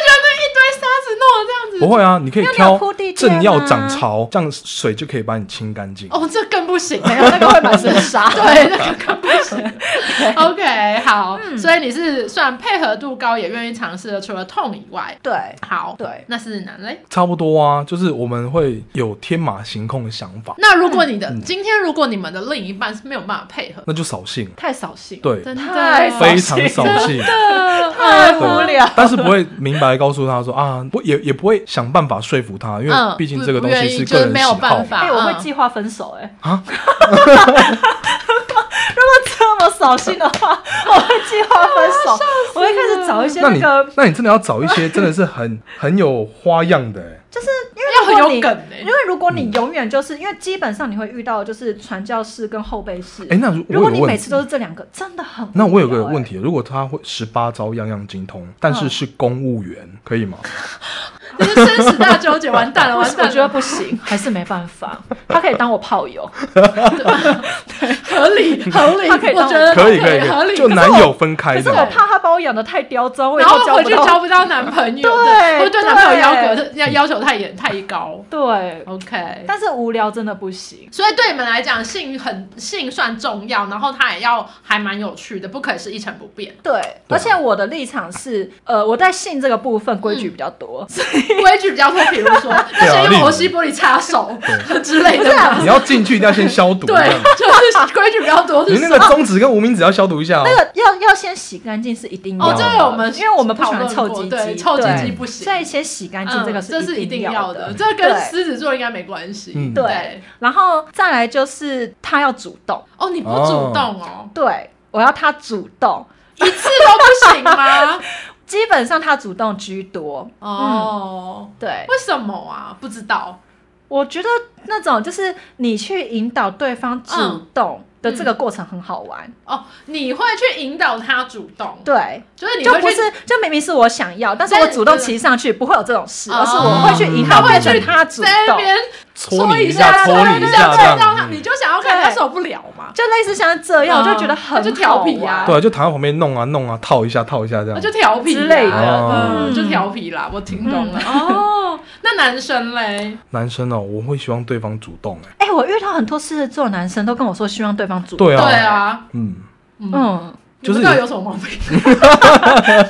Speaker 2: 得那一堆沙子弄得这样子，
Speaker 3: 不会啊，你可以
Speaker 1: 那你有
Speaker 3: 挑
Speaker 1: 铺地垫
Speaker 3: 正要
Speaker 1: 吗
Speaker 3: 涨潮，这样水就可以把你清干净。
Speaker 2: 哦，这更不行欸。
Speaker 1: 没有那个会满身沙。
Speaker 2: 对，那个更不 行。OK，好，
Speaker 1: 嗯
Speaker 2: 所以你是虽然配合度高，也愿意尝试的，除了痛以外，
Speaker 1: 对
Speaker 2: 好，
Speaker 1: 对
Speaker 2: 那是男嘞。
Speaker 3: 差不多啊，就是我们会有天马行空的想法，
Speaker 2: 那如果你的
Speaker 3: 嗯
Speaker 2: 今天，如果你们的另一半是没有办法配合，
Speaker 3: 那就扫兴，
Speaker 2: 太扫兴，
Speaker 3: 对
Speaker 2: 真
Speaker 1: 太
Speaker 2: 的
Speaker 1: 扫
Speaker 3: 非常扫兴。
Speaker 1: 太无聊。
Speaker 3: 但是不会明白告诉他说啊，不也也不会想办法说服他，因
Speaker 2: 嗯
Speaker 3: 为毕竟这个
Speaker 2: 不
Speaker 3: 东
Speaker 2: 不
Speaker 3: 西
Speaker 2: 愿意
Speaker 3: 个
Speaker 2: 就是
Speaker 3: 人
Speaker 2: 没
Speaker 3: 喜
Speaker 2: 有
Speaker 3: 好
Speaker 2: 办
Speaker 3: 嘛。
Speaker 2: 法
Speaker 1: 哎、我会
Speaker 2: 嗯
Speaker 1: 计划分手哎、
Speaker 3: 啊
Speaker 1: 如果这么扫兴的话，我会计划分手，我会开始找一些
Speaker 3: 那
Speaker 1: 那
Speaker 3: 你
Speaker 1: 个，
Speaker 3: 那你真的要找一些真的是很很有花样的、欸，
Speaker 1: 就是因为
Speaker 2: 要很
Speaker 1: 如果
Speaker 2: 有
Speaker 1: 你
Speaker 2: 梗欸
Speaker 1: 因为如果你永远就是因为基本上你会遇到的就是传教士跟后辈士。
Speaker 3: 哎、那如
Speaker 1: 如
Speaker 3: 我
Speaker 1: 果
Speaker 3: 有
Speaker 1: 你
Speaker 3: 个问
Speaker 1: 每
Speaker 3: 题
Speaker 1: 次都是欸这两个，真的很、
Speaker 3: 那我有个问，题，如果他会十八招样样精通，但是是公务员，可以吗？
Speaker 2: 这是生死大纠结，完蛋了，
Speaker 1: 我
Speaker 2: 完
Speaker 1: 我
Speaker 2: 蛋
Speaker 1: 觉得
Speaker 2: 了，
Speaker 1: 不行，还是没办法。他可以当我炮友，
Speaker 2: 合理合 理，
Speaker 1: 他可以
Speaker 2: 我
Speaker 1: 当
Speaker 2: 觉得
Speaker 3: 可以可以
Speaker 2: 合
Speaker 3: 可
Speaker 2: 理，
Speaker 3: 以，就
Speaker 2: 可是
Speaker 3: 男
Speaker 2: 我
Speaker 3: 友分开
Speaker 1: 可是
Speaker 3: 的
Speaker 1: 我。怕他把我养的太刁钻，我以
Speaker 2: 然后
Speaker 1: 后交
Speaker 2: 回
Speaker 1: 不
Speaker 2: 去
Speaker 1: 到。
Speaker 2: 交不到男朋 友，
Speaker 1: 对
Speaker 2: 会对男朋友要
Speaker 1: 对
Speaker 2: 求要要求太严太高。
Speaker 1: 对，
Speaker 2: OK，
Speaker 1: 但是无聊真的不行。，
Speaker 2: 所以对你们来讲，性很性算重要，然后它也要还蛮有趣的，不可以是一成不变
Speaker 3: 啊
Speaker 1: 对，而且我的立场是，呃，我在性这个部分规
Speaker 2: 嗯
Speaker 1: 矩比较
Speaker 3: 嗯
Speaker 1: 多，所以
Speaker 2: 规矩比较多，比如说要
Speaker 1: 啊
Speaker 2: 先用虹吸玻璃擦手 之类的嘛。
Speaker 3: 你要进去一定要先消毒，
Speaker 2: 对
Speaker 3: 这 样，
Speaker 2: 就是规矩比较多。
Speaker 3: 你
Speaker 2: 是
Speaker 3: 那个中指跟无名指要消毒一下、哦。
Speaker 1: 那个要要先洗干净是一定要的。
Speaker 2: 哦，这个我们
Speaker 1: 因为我们不喜
Speaker 2: 讨
Speaker 1: 欢
Speaker 2: 论
Speaker 1: 臭
Speaker 2: 过
Speaker 1: 鸡
Speaker 2: 对
Speaker 1: 鸡，
Speaker 2: 臭鸡
Speaker 1: 对
Speaker 2: 鸡不行
Speaker 1: 所。以先洗干净
Speaker 2: 嗯
Speaker 1: 这个
Speaker 2: 这是
Speaker 1: 一
Speaker 2: 定
Speaker 1: 要
Speaker 2: 的，
Speaker 1: 的。
Speaker 2: 这跟
Speaker 1: 对
Speaker 2: 狮子座应该没关系。
Speaker 3: 嗯
Speaker 2: 对
Speaker 1: 对，然后再来就是他要主动，
Speaker 2: 哦，你不主动哦，
Speaker 1: 对我要他主动，
Speaker 2: 一次都不行吗？
Speaker 1: 基本上他主动居多。
Speaker 2: 哦，
Speaker 1: 对，
Speaker 2: 为什么啊？不知道。嗯
Speaker 1: 我觉得那种就是你去引导对方主动。的这个过程很好玩。
Speaker 2: 哦，你会去引导他主动，
Speaker 1: 对，
Speaker 2: 就是你
Speaker 1: 就
Speaker 2: 会
Speaker 1: 不
Speaker 2: 去
Speaker 1: 是，就明明是我想要，但是
Speaker 2: 但
Speaker 1: 我
Speaker 2: 是
Speaker 1: 主动骑上去不会有这种事，
Speaker 2: 哦
Speaker 1: 而是我会去引导
Speaker 2: 嗯
Speaker 1: 变成他主
Speaker 2: 在那
Speaker 1: 动。
Speaker 2: 边
Speaker 3: 搓你
Speaker 2: 一
Speaker 3: 一下，
Speaker 2: 搓
Speaker 3: 搓你一下这
Speaker 2: 对让他
Speaker 3: 样。
Speaker 2: 你
Speaker 3: 嗯
Speaker 2: 就想要看他受不了嘛，
Speaker 1: 就类似像这样，
Speaker 2: 嗯
Speaker 1: 我就觉得很
Speaker 2: 他就调皮啊
Speaker 1: 呀、
Speaker 3: 对，就躺在旁边弄啊弄啊，套一下套一下这
Speaker 2: 那
Speaker 3: 样。
Speaker 2: 就调皮啦
Speaker 1: 之类的
Speaker 3: 哦
Speaker 2: 嗯，
Speaker 1: 嗯
Speaker 2: 就调皮啦，我听懂了。哦， 那男生嘞？
Speaker 3: 男生哦，我会希望对方主动哎。
Speaker 1: 哎、我遇到很多狮子座男生都跟我说希望对方主动。
Speaker 3: 对
Speaker 2: 对
Speaker 3: 啊，
Speaker 2: 啊，
Speaker 3: 嗯，
Speaker 2: 嗯，
Speaker 1: 嗯，
Speaker 3: 就是
Speaker 2: 你们到底有什么毛 病？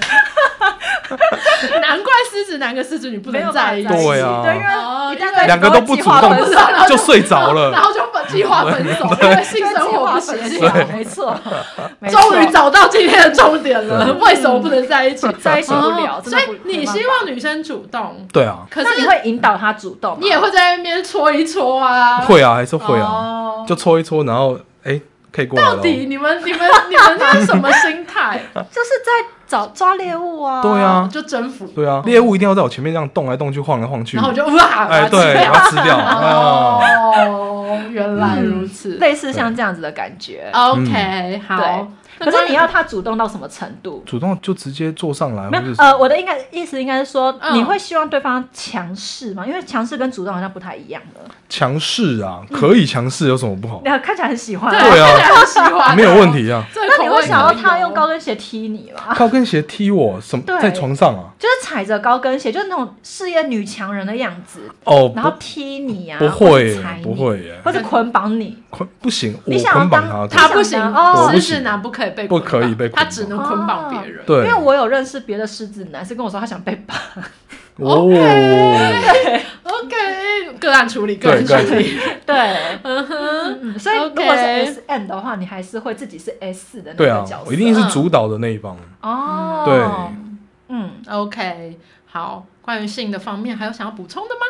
Speaker 2: 难怪狮子男跟狮子女不
Speaker 1: 没有
Speaker 2: 能在一起，哦
Speaker 1: 办法在一
Speaker 3: 对
Speaker 1: 起
Speaker 3: 啊
Speaker 1: 对，因为一旦在一起
Speaker 3: 两个都不主动
Speaker 1: 计划分手
Speaker 2: 然后
Speaker 3: 就睡着
Speaker 2: 然
Speaker 3: 了。
Speaker 2: 后就本计划分 手，因为性生活不协调。
Speaker 1: 没错，没错
Speaker 2: 终于找到今天的重点了，为什么不能 在一起？
Speaker 1: 在一起不了，
Speaker 2: 哦
Speaker 1: 真
Speaker 2: 所
Speaker 1: 的不
Speaker 2: 以你希
Speaker 1: 没办
Speaker 2: 望女生主动，
Speaker 3: 对啊，
Speaker 2: 可
Speaker 1: 法那
Speaker 2: 是
Speaker 1: 你会引导他主动吗，
Speaker 2: 你也会在那边搓一搓啊，
Speaker 3: 会啊，还是会啊，
Speaker 2: 哦
Speaker 3: 就搓一搓，然后哎，可以过来
Speaker 2: 到
Speaker 3: 了哦。
Speaker 2: 底你们你们 你们这是什么心态？
Speaker 1: 就是在找抓猎物啊。
Speaker 3: 对啊
Speaker 2: 就征服，
Speaker 3: 对啊，猎物一定要在我前面这样动来动去、晃来晃去
Speaker 2: 然。后我就哇，
Speaker 3: 哎，对，
Speaker 2: 把它
Speaker 3: 把它吃掉。
Speaker 2: 吃掉
Speaker 3: 啊，嗯
Speaker 2: 哦，原来如此。
Speaker 1: 类似像这样子的感觉。
Speaker 2: OK，好
Speaker 1: 对。
Speaker 2: 那
Speaker 1: 可
Speaker 2: 关
Speaker 1: 是
Speaker 2: 于
Speaker 1: 你要他主动到什么程度？
Speaker 3: 主动就直接坐上来，
Speaker 1: 没
Speaker 3: 或
Speaker 1: 有
Speaker 3: 者，是
Speaker 1: 呃，我的应该意思应该是说，
Speaker 2: 嗯
Speaker 1: 你会希望对方强势吗？因为强势跟主动好像不太一样了。
Speaker 3: 强势啊，可以强势有什么 不好？
Speaker 1: 那看起来很喜欢，
Speaker 2: 对
Speaker 3: 对啊
Speaker 2: 看起来很喜欢，
Speaker 3: 没有问。题啊。
Speaker 2: 这个
Speaker 1: 那你
Speaker 2: 口味
Speaker 1: 会想要
Speaker 2: 可以
Speaker 1: 他
Speaker 2: 哦
Speaker 1: 用高跟鞋踢你吗？
Speaker 3: 高跟鞋踢我，什么
Speaker 1: 对
Speaker 3: 在床上啊？
Speaker 1: 就是踩着高跟鞋，就是那种事业女强人的样子，
Speaker 3: 哦，
Speaker 1: 然后
Speaker 3: 不
Speaker 1: 踢你啊，
Speaker 3: 不
Speaker 1: 或
Speaker 3: 会
Speaker 1: 者
Speaker 3: 耶
Speaker 1: 踩，你
Speaker 3: 不，会耶，
Speaker 1: 或者捆绑你，
Speaker 3: 捆不行，我
Speaker 1: 你想要
Speaker 3: 捆绑
Speaker 1: 当
Speaker 3: 他，
Speaker 2: 他不
Speaker 1: 我
Speaker 2: 行
Speaker 1: 想当哦，
Speaker 3: 我不
Speaker 2: 狮
Speaker 3: 行
Speaker 2: 子男不可以被
Speaker 3: 不
Speaker 2: 捆
Speaker 3: 可以
Speaker 2: 绑
Speaker 3: 被
Speaker 2: 他
Speaker 3: 捆
Speaker 2: 只
Speaker 3: 绑
Speaker 2: 能捆绑别人。
Speaker 1: 因
Speaker 3: 对
Speaker 1: 为，我有认识别的狮子男，是跟我说他想被绑，
Speaker 3: 哦，
Speaker 2: OK，个案处理，个案处
Speaker 3: 个案
Speaker 2: 理。
Speaker 1: 对，
Speaker 2: 嗯哼，
Speaker 1: 嗯，所以
Speaker 2: OK
Speaker 1: 如果是 S N 的话，你还是会自己是 S 的那
Speaker 3: 对
Speaker 1: 个
Speaker 3: 啊
Speaker 1: 角，色，
Speaker 3: 我一定是主导的那一方，
Speaker 1: 哦，
Speaker 3: 对，
Speaker 1: 嗯
Speaker 2: OK，好。关于性的方面，还有想要补充的吗？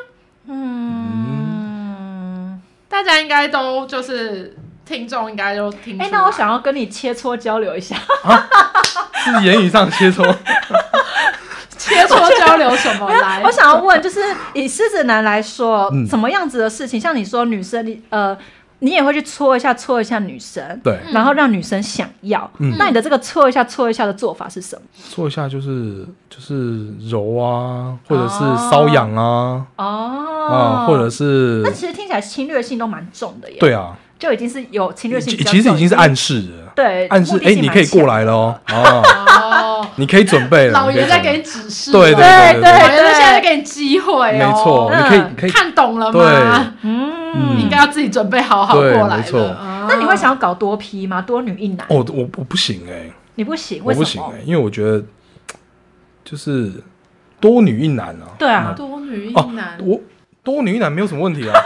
Speaker 1: 嗯，
Speaker 2: 大家应该都就是听众，应该都听出来。
Speaker 1: 哎，那我想要跟你切磋交流一下，
Speaker 3: 是言语上切磋，
Speaker 2: 切磋交流什么 来？
Speaker 1: 我想要问，就是以狮子男来说，
Speaker 3: 嗯
Speaker 1: 什么样子的事情，像你说女生，你呃，你也会去搓一下搓一下女生，
Speaker 3: 对，
Speaker 2: 嗯
Speaker 1: 然后让女生想要。
Speaker 3: 嗯
Speaker 1: 那你的这个搓一下搓一下的做法是什么？
Speaker 3: 做一下就是就是揉啊，或者是瘙痒啊，
Speaker 1: 哦
Speaker 3: 啊，或者是
Speaker 1: 那其实听起来侵略性都蛮重的耶，，
Speaker 3: 对啊，
Speaker 1: 就已经是有侵略性比较重，
Speaker 3: 其实已经是暗示了，
Speaker 1: 对
Speaker 3: 暗示
Speaker 1: 目的
Speaker 3: 哎，
Speaker 1: 性
Speaker 3: 你
Speaker 1: 蛮
Speaker 3: 可以过
Speaker 1: 强
Speaker 3: 来了哦，啊，
Speaker 2: 哦，
Speaker 3: 你可以准备了，
Speaker 2: 老
Speaker 3: 你可以
Speaker 2: 爷在
Speaker 3: 准备
Speaker 2: 给你指示，哦
Speaker 3: 对
Speaker 2: 老
Speaker 1: 对对
Speaker 3: 对
Speaker 2: 爷
Speaker 3: 对
Speaker 2: 在现在在给你机会哦，
Speaker 3: 没错，你可以
Speaker 1: 嗯
Speaker 3: 你可以
Speaker 2: 看懂了吗？
Speaker 1: 嗯，
Speaker 2: 应该要自己准备好好过
Speaker 3: 对
Speaker 2: 来
Speaker 3: 没错
Speaker 2: 了。啊
Speaker 1: 那你会想要搞多批吗？多女一男？
Speaker 3: 哦，我我不行哎、
Speaker 1: 你不行，
Speaker 3: 我
Speaker 1: 为
Speaker 3: 不
Speaker 1: 什
Speaker 3: 行
Speaker 1: 么
Speaker 3: 哎、？因为我觉得就是多女一男啊。
Speaker 1: 对啊，
Speaker 2: 多女一
Speaker 3: 哦
Speaker 2: 男，，
Speaker 3: 我多女一男没有什么问 题啊。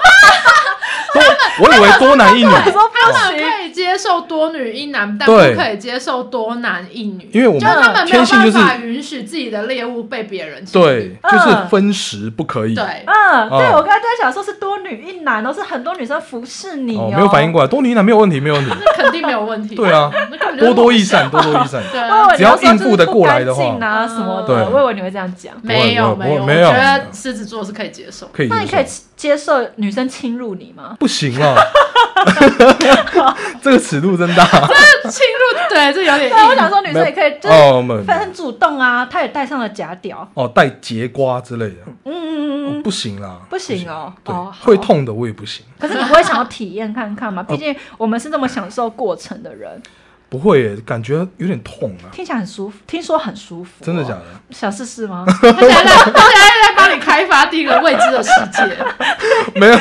Speaker 3: 多，我以为多男一女，
Speaker 1: 说
Speaker 2: 他们
Speaker 1: 哦
Speaker 2: 可以接受多女一男，但
Speaker 3: 对
Speaker 2: 不可以接受多男一女，
Speaker 3: 因为我
Speaker 2: 就是他
Speaker 3: 们
Speaker 2: 们没有
Speaker 3: 天性
Speaker 2: 办
Speaker 3: 就是
Speaker 2: 法允许自己的猎物被别人侵
Speaker 3: 对，就是
Speaker 1: 嗯
Speaker 3: 分食不可以。
Speaker 2: 对，
Speaker 1: 嗯，对，
Speaker 3: 哦
Speaker 1: 我刚才就在想说，是多女一男哦，都是很多女生服侍你
Speaker 3: 哦，没有反应过来，多女一男没有问题，没有问 题。
Speaker 2: 那肯定没有问题。
Speaker 3: 对啊，
Speaker 2: 那根本就是
Speaker 3: 多多益善，
Speaker 1: 啊
Speaker 3: 多多益善。
Speaker 2: 对啊
Speaker 1: 我以为
Speaker 3: 只要
Speaker 1: 你说
Speaker 3: 应付得过来的话
Speaker 1: 就是不干净啊什么
Speaker 3: 对
Speaker 1: 的，我以为你会这样讲。
Speaker 2: 没有
Speaker 3: 不会不会
Speaker 2: 有，
Speaker 3: 没
Speaker 2: 我
Speaker 3: 有
Speaker 2: 觉得狮子座是可以接受。
Speaker 3: 可以接受，
Speaker 1: 那你可以接受女生侵入你吗？
Speaker 3: 不 行啊，这个尺度真大。
Speaker 2: 侵入，对，这有点硬。
Speaker 1: 对，啊我想说女生也可以，就是
Speaker 3: 哦，没有
Speaker 1: 很主动啊，她也戴上了假屌，
Speaker 3: 哦，带节瓜之类的，
Speaker 1: 嗯嗯嗯
Speaker 3: 哦
Speaker 1: 嗯。
Speaker 3: 不行啦，
Speaker 1: 不行哦
Speaker 3: 不行
Speaker 1: 哦
Speaker 3: 对，
Speaker 1: 好
Speaker 3: 会痛的我也不行。
Speaker 1: 可是你不会想要体验看看吗？
Speaker 3: 哦
Speaker 1: 毕竟我们是这么享受过程的人，
Speaker 3: 不会耶，感觉有点痛啊，
Speaker 1: 听起来很舒服，听说很舒服哦。
Speaker 3: 真的假的？
Speaker 1: 想试试 吗？
Speaker 2: 他现在 在，他现在在帮你开发第一个未知的世 界。
Speaker 3: 没有，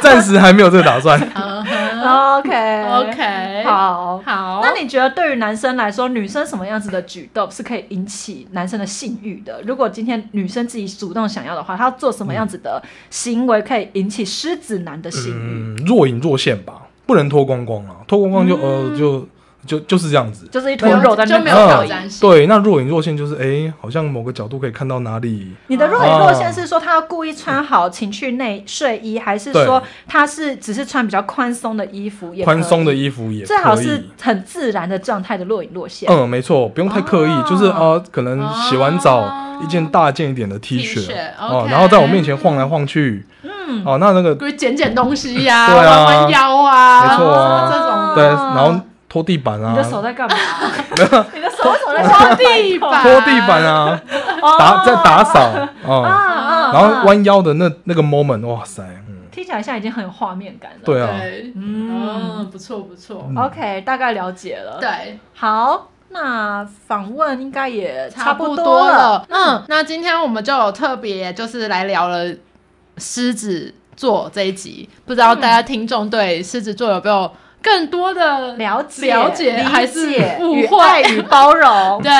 Speaker 3: 暂时还没有这个打算。
Speaker 2: 嗯哼
Speaker 1: OK
Speaker 2: ，OK，
Speaker 1: 哎好。
Speaker 2: 好，
Speaker 1: 那你觉得对于男生来说，女生什么样子的举动是可以引起男生的性欲的？如果今天女生自己主动想要的话，她要做什么样子的行为可以引起狮子男的性欲？
Speaker 3: 嗯，若隐若现吧，不能脱光光啊，脱光光就、
Speaker 1: 嗯
Speaker 3: 呃就就就是这样子。
Speaker 1: 就是一坨肉在那边
Speaker 2: 就没有
Speaker 3: 嗯
Speaker 2: 挑战性。
Speaker 3: 对，那若隐若现就是哎、好像某个角度可以看到哪里。
Speaker 1: 你的若隐若现是说他要故意穿好情趣内睡衣，还是说他是只是穿比较宽松的衣服也可以
Speaker 3: 宽松的衣服也可以
Speaker 1: 最好是很自然的状态的若隐若现。
Speaker 3: 嗯，没错，不用太刻意，
Speaker 1: 哦
Speaker 3: 就是呃，可能洗完澡、
Speaker 2: 哦
Speaker 3: 一件大件一点的 T 恤
Speaker 2: T 恤
Speaker 3: 哦、
Speaker 2: OK
Speaker 3: 然后在我面前晃来晃去，嗯，哦，那那个
Speaker 2: 比如捡捡东西呀、
Speaker 3: 对啊
Speaker 2: 弯弯腰啊，
Speaker 3: 没错啊
Speaker 2: 这种
Speaker 1: 哦
Speaker 2: 的
Speaker 3: 对，然后拖地板啊
Speaker 1: 你，的手在干嘛？你的手为 什么在
Speaker 2: 拖
Speaker 1: 拖
Speaker 2: 地 板，
Speaker 3: 拖地板啊，
Speaker 1: 哦
Speaker 3: 打在打扫
Speaker 1: 啊
Speaker 3: 啊，
Speaker 1: 啊！
Speaker 3: 然后
Speaker 1: 弯
Speaker 3: 弯腰的那那个 moment，哇塞，嗯，
Speaker 1: 听起来现在已经很有画面感了。
Speaker 3: 对啊，
Speaker 2: 对，
Speaker 1: 嗯
Speaker 2: 嗯，不错不错，
Speaker 3: 嗯
Speaker 1: ，OK，大概了解了。，
Speaker 2: 对，
Speaker 1: 好，那访问应该也
Speaker 2: 差
Speaker 1: 不
Speaker 2: 不
Speaker 1: 多
Speaker 2: 多了。嗯，那今天我们就有特别就是来聊了狮子座这一集，不知道大家听众对狮子座有没有更多的
Speaker 1: 嗯了解、
Speaker 2: 嗯了解还
Speaker 1: 理
Speaker 2: 是
Speaker 1: 解、
Speaker 2: 误
Speaker 1: 与
Speaker 2: 会
Speaker 1: 爱与包 容。
Speaker 2: 对，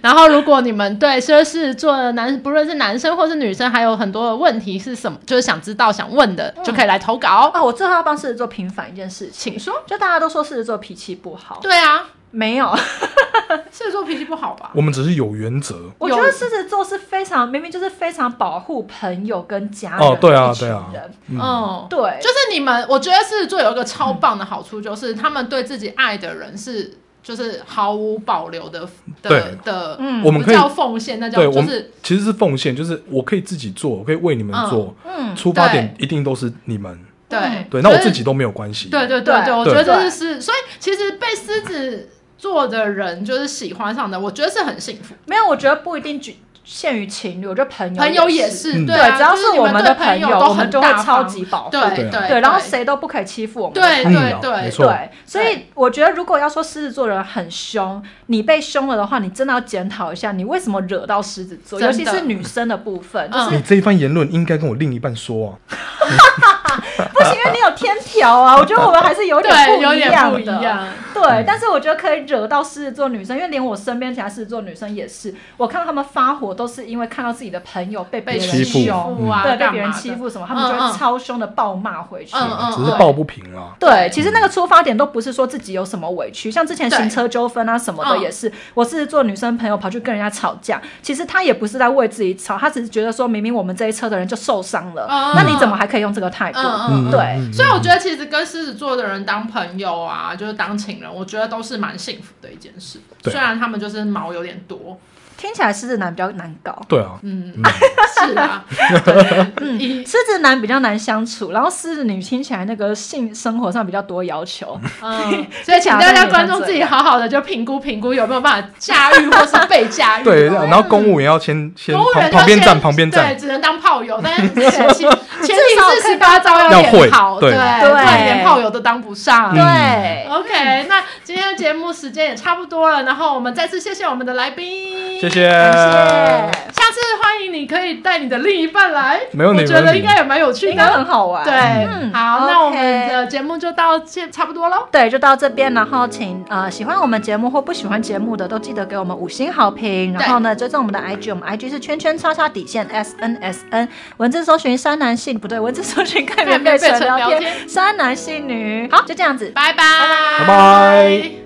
Speaker 2: 然后如果你们对狮子座的男，不论是男生或是女生，还有很多的问题是什么，就是想知道、想问的，就可以来投稿。
Speaker 1: 啊，我最后要帮狮子座平反一件事情，
Speaker 2: 嗯请说。
Speaker 1: 就大家都说狮子座脾气不好，
Speaker 2: 对啊，
Speaker 1: 没有，
Speaker 2: 狮子座脾气不好吧？
Speaker 3: 我们只是有原则，
Speaker 1: 我觉得狮子座是非常明明就是非常保护朋友跟家人
Speaker 3: 哦对啊
Speaker 1: 的一群
Speaker 3: 对啊
Speaker 1: 人
Speaker 3: 嗯，
Speaker 2: 嗯，
Speaker 1: 对，
Speaker 2: 就是你们，我觉得狮子座有一个超棒的好处，就是他们对自己爱的人是。就是毫无保留的的
Speaker 3: 对
Speaker 2: 的，
Speaker 1: 嗯
Speaker 3: 我们
Speaker 2: 不
Speaker 3: 可以
Speaker 2: 叫奉献，那叫
Speaker 3: 对，
Speaker 2: 就
Speaker 3: 我
Speaker 2: 是
Speaker 3: 们其实是奉献，就是我可以自己做，我可以为你们做，
Speaker 1: 嗯，
Speaker 3: 出发点一定都是你们，
Speaker 2: 对
Speaker 3: 对，那我自
Speaker 2: 就是
Speaker 3: 己都没有关系，
Speaker 2: 对对对
Speaker 1: 对
Speaker 2: 对，我觉
Speaker 3: 对
Speaker 2: 得这是狮，所以其实被狮子座的人就是喜欢上的，我觉得是很幸福。
Speaker 1: 没有，我觉得不一定局限于情侣，我觉得朋友
Speaker 2: 朋友也
Speaker 1: 也。
Speaker 2: 是，
Speaker 3: 嗯
Speaker 2: 对
Speaker 1: 对，
Speaker 2: 啊，
Speaker 1: 只要
Speaker 2: 就是是你
Speaker 1: 我们的
Speaker 2: 对
Speaker 1: 朋
Speaker 2: 朋
Speaker 1: 友，
Speaker 2: 友都
Speaker 1: 我们
Speaker 2: 很
Speaker 1: 就会
Speaker 2: 大
Speaker 1: 超
Speaker 2: 方
Speaker 1: 级保护。
Speaker 2: 对
Speaker 3: 对
Speaker 2: 对
Speaker 1: 对，然后谁都不可以欺负我们的
Speaker 2: 对
Speaker 1: 朋友。
Speaker 2: 对
Speaker 3: 嗯
Speaker 2: 对
Speaker 3: 没错
Speaker 1: 对，所以我觉得如果要说狮子座的人很凶，你被凶了的话，你真的要检讨一下，你为什么惹到狮子座，
Speaker 2: 真
Speaker 1: 尤
Speaker 2: 的
Speaker 1: 其是女生的部分，就
Speaker 2: 嗯
Speaker 1: 是
Speaker 3: 你这一番言论应该跟我另一半说啊，
Speaker 1: 不行，因为你有天条啊。我觉得我们还是有点
Speaker 2: 对，有
Speaker 1: 不一
Speaker 2: 点
Speaker 1: 样
Speaker 2: 不
Speaker 1: 的。
Speaker 2: 一样。嗯
Speaker 1: 对，但是我觉得可以惹到狮子座女生，因为连我身边其他狮子座女生也是，我看到她们发火都是因为看到自己的朋友被
Speaker 2: 被
Speaker 1: 别
Speaker 3: 欺
Speaker 1: 人
Speaker 3: 负嗯
Speaker 1: 凶，
Speaker 2: 啊，
Speaker 1: 对，被
Speaker 2: 干
Speaker 1: 别人
Speaker 2: 嘛的
Speaker 1: 欺。负什么，她们就会超凶的暴骂回去。
Speaker 2: 嗯嗯
Speaker 3: 只是抱不平啊啦，
Speaker 1: 对，其实那个出发点都不是说自己有什么委屈，像之前
Speaker 2: 对
Speaker 1: 行车纠纷啊什么的
Speaker 2: 嗯
Speaker 1: 也是，我是做女生朋友跑去跟人家吵架，其实她也不是在为自己吵，她只是觉得说明明我们这一车的人就受伤了，
Speaker 2: 嗯
Speaker 1: 那你怎么还可以用这个态度？
Speaker 2: 嗯嗯嗯
Speaker 1: 对
Speaker 3: 嗯
Speaker 2: 所以我觉得，其实跟狮子座的人当朋友啊，就是当情人，我觉得都是蛮幸福的一件事。
Speaker 3: 对
Speaker 2: 虽然他们就是毛有点多，
Speaker 1: 听起来狮子男比较难搞。
Speaker 3: 对啊，
Speaker 2: 嗯，
Speaker 3: 嗯
Speaker 2: 是啊， 对嗯一
Speaker 1: 狮子男比较难相处，然后狮子女听起来那个性生活上比较多要求。
Speaker 2: 嗯，所以请大家观众自
Speaker 1: 啊
Speaker 2: 己好好的就评估评估有没有办法驾驭 或是被驾驭。哦
Speaker 3: 对，然后公务员要先先
Speaker 2: 公务
Speaker 3: 旁
Speaker 2: 员
Speaker 3: 旁边
Speaker 2: 就先
Speaker 3: 站，旁边站
Speaker 2: 对，，只能当炮友， 但是前期
Speaker 1: 至
Speaker 2: 前提是
Speaker 1: 少
Speaker 2: 十八招
Speaker 3: 要
Speaker 2: 练
Speaker 3: 会
Speaker 2: 好，
Speaker 3: 对
Speaker 2: 不
Speaker 1: 对
Speaker 2: 然连炮友都当不上。
Speaker 3: 嗯
Speaker 1: 对，
Speaker 2: OK，那今天的节目时间也差不多了，然后我们再次谢谢我们的来宾，
Speaker 3: 谢。嗯谢，
Speaker 1: 感谢，
Speaker 2: 下次欢迎你可以带你的另一半来，
Speaker 3: 没问题
Speaker 2: 我觉
Speaker 3: 没
Speaker 2: 得
Speaker 3: 问题
Speaker 2: 应该也蛮有趣
Speaker 1: 应该很
Speaker 2: 的。
Speaker 1: 好玩。
Speaker 2: 对，
Speaker 3: 嗯
Speaker 2: 好，那我
Speaker 1: OK
Speaker 2: 们的节目就到这差不多喽。
Speaker 1: 对，就到这边，然后请呃喜欢我们节目或不喜欢节目的都记得给我们五星好评，然后呢追踪我们的 IG，我们 IG 是圈圈叉叉底线 S N S N，文字搜寻山男性不对，文字搜寻盖
Speaker 2: 盖
Speaker 1: 棉
Speaker 2: 棉被
Speaker 1: 被纯
Speaker 2: 纯
Speaker 1: 聊
Speaker 2: 聊天
Speaker 1: 天，山男性女，好就这样子，
Speaker 2: 拜拜，
Speaker 3: 拜拜。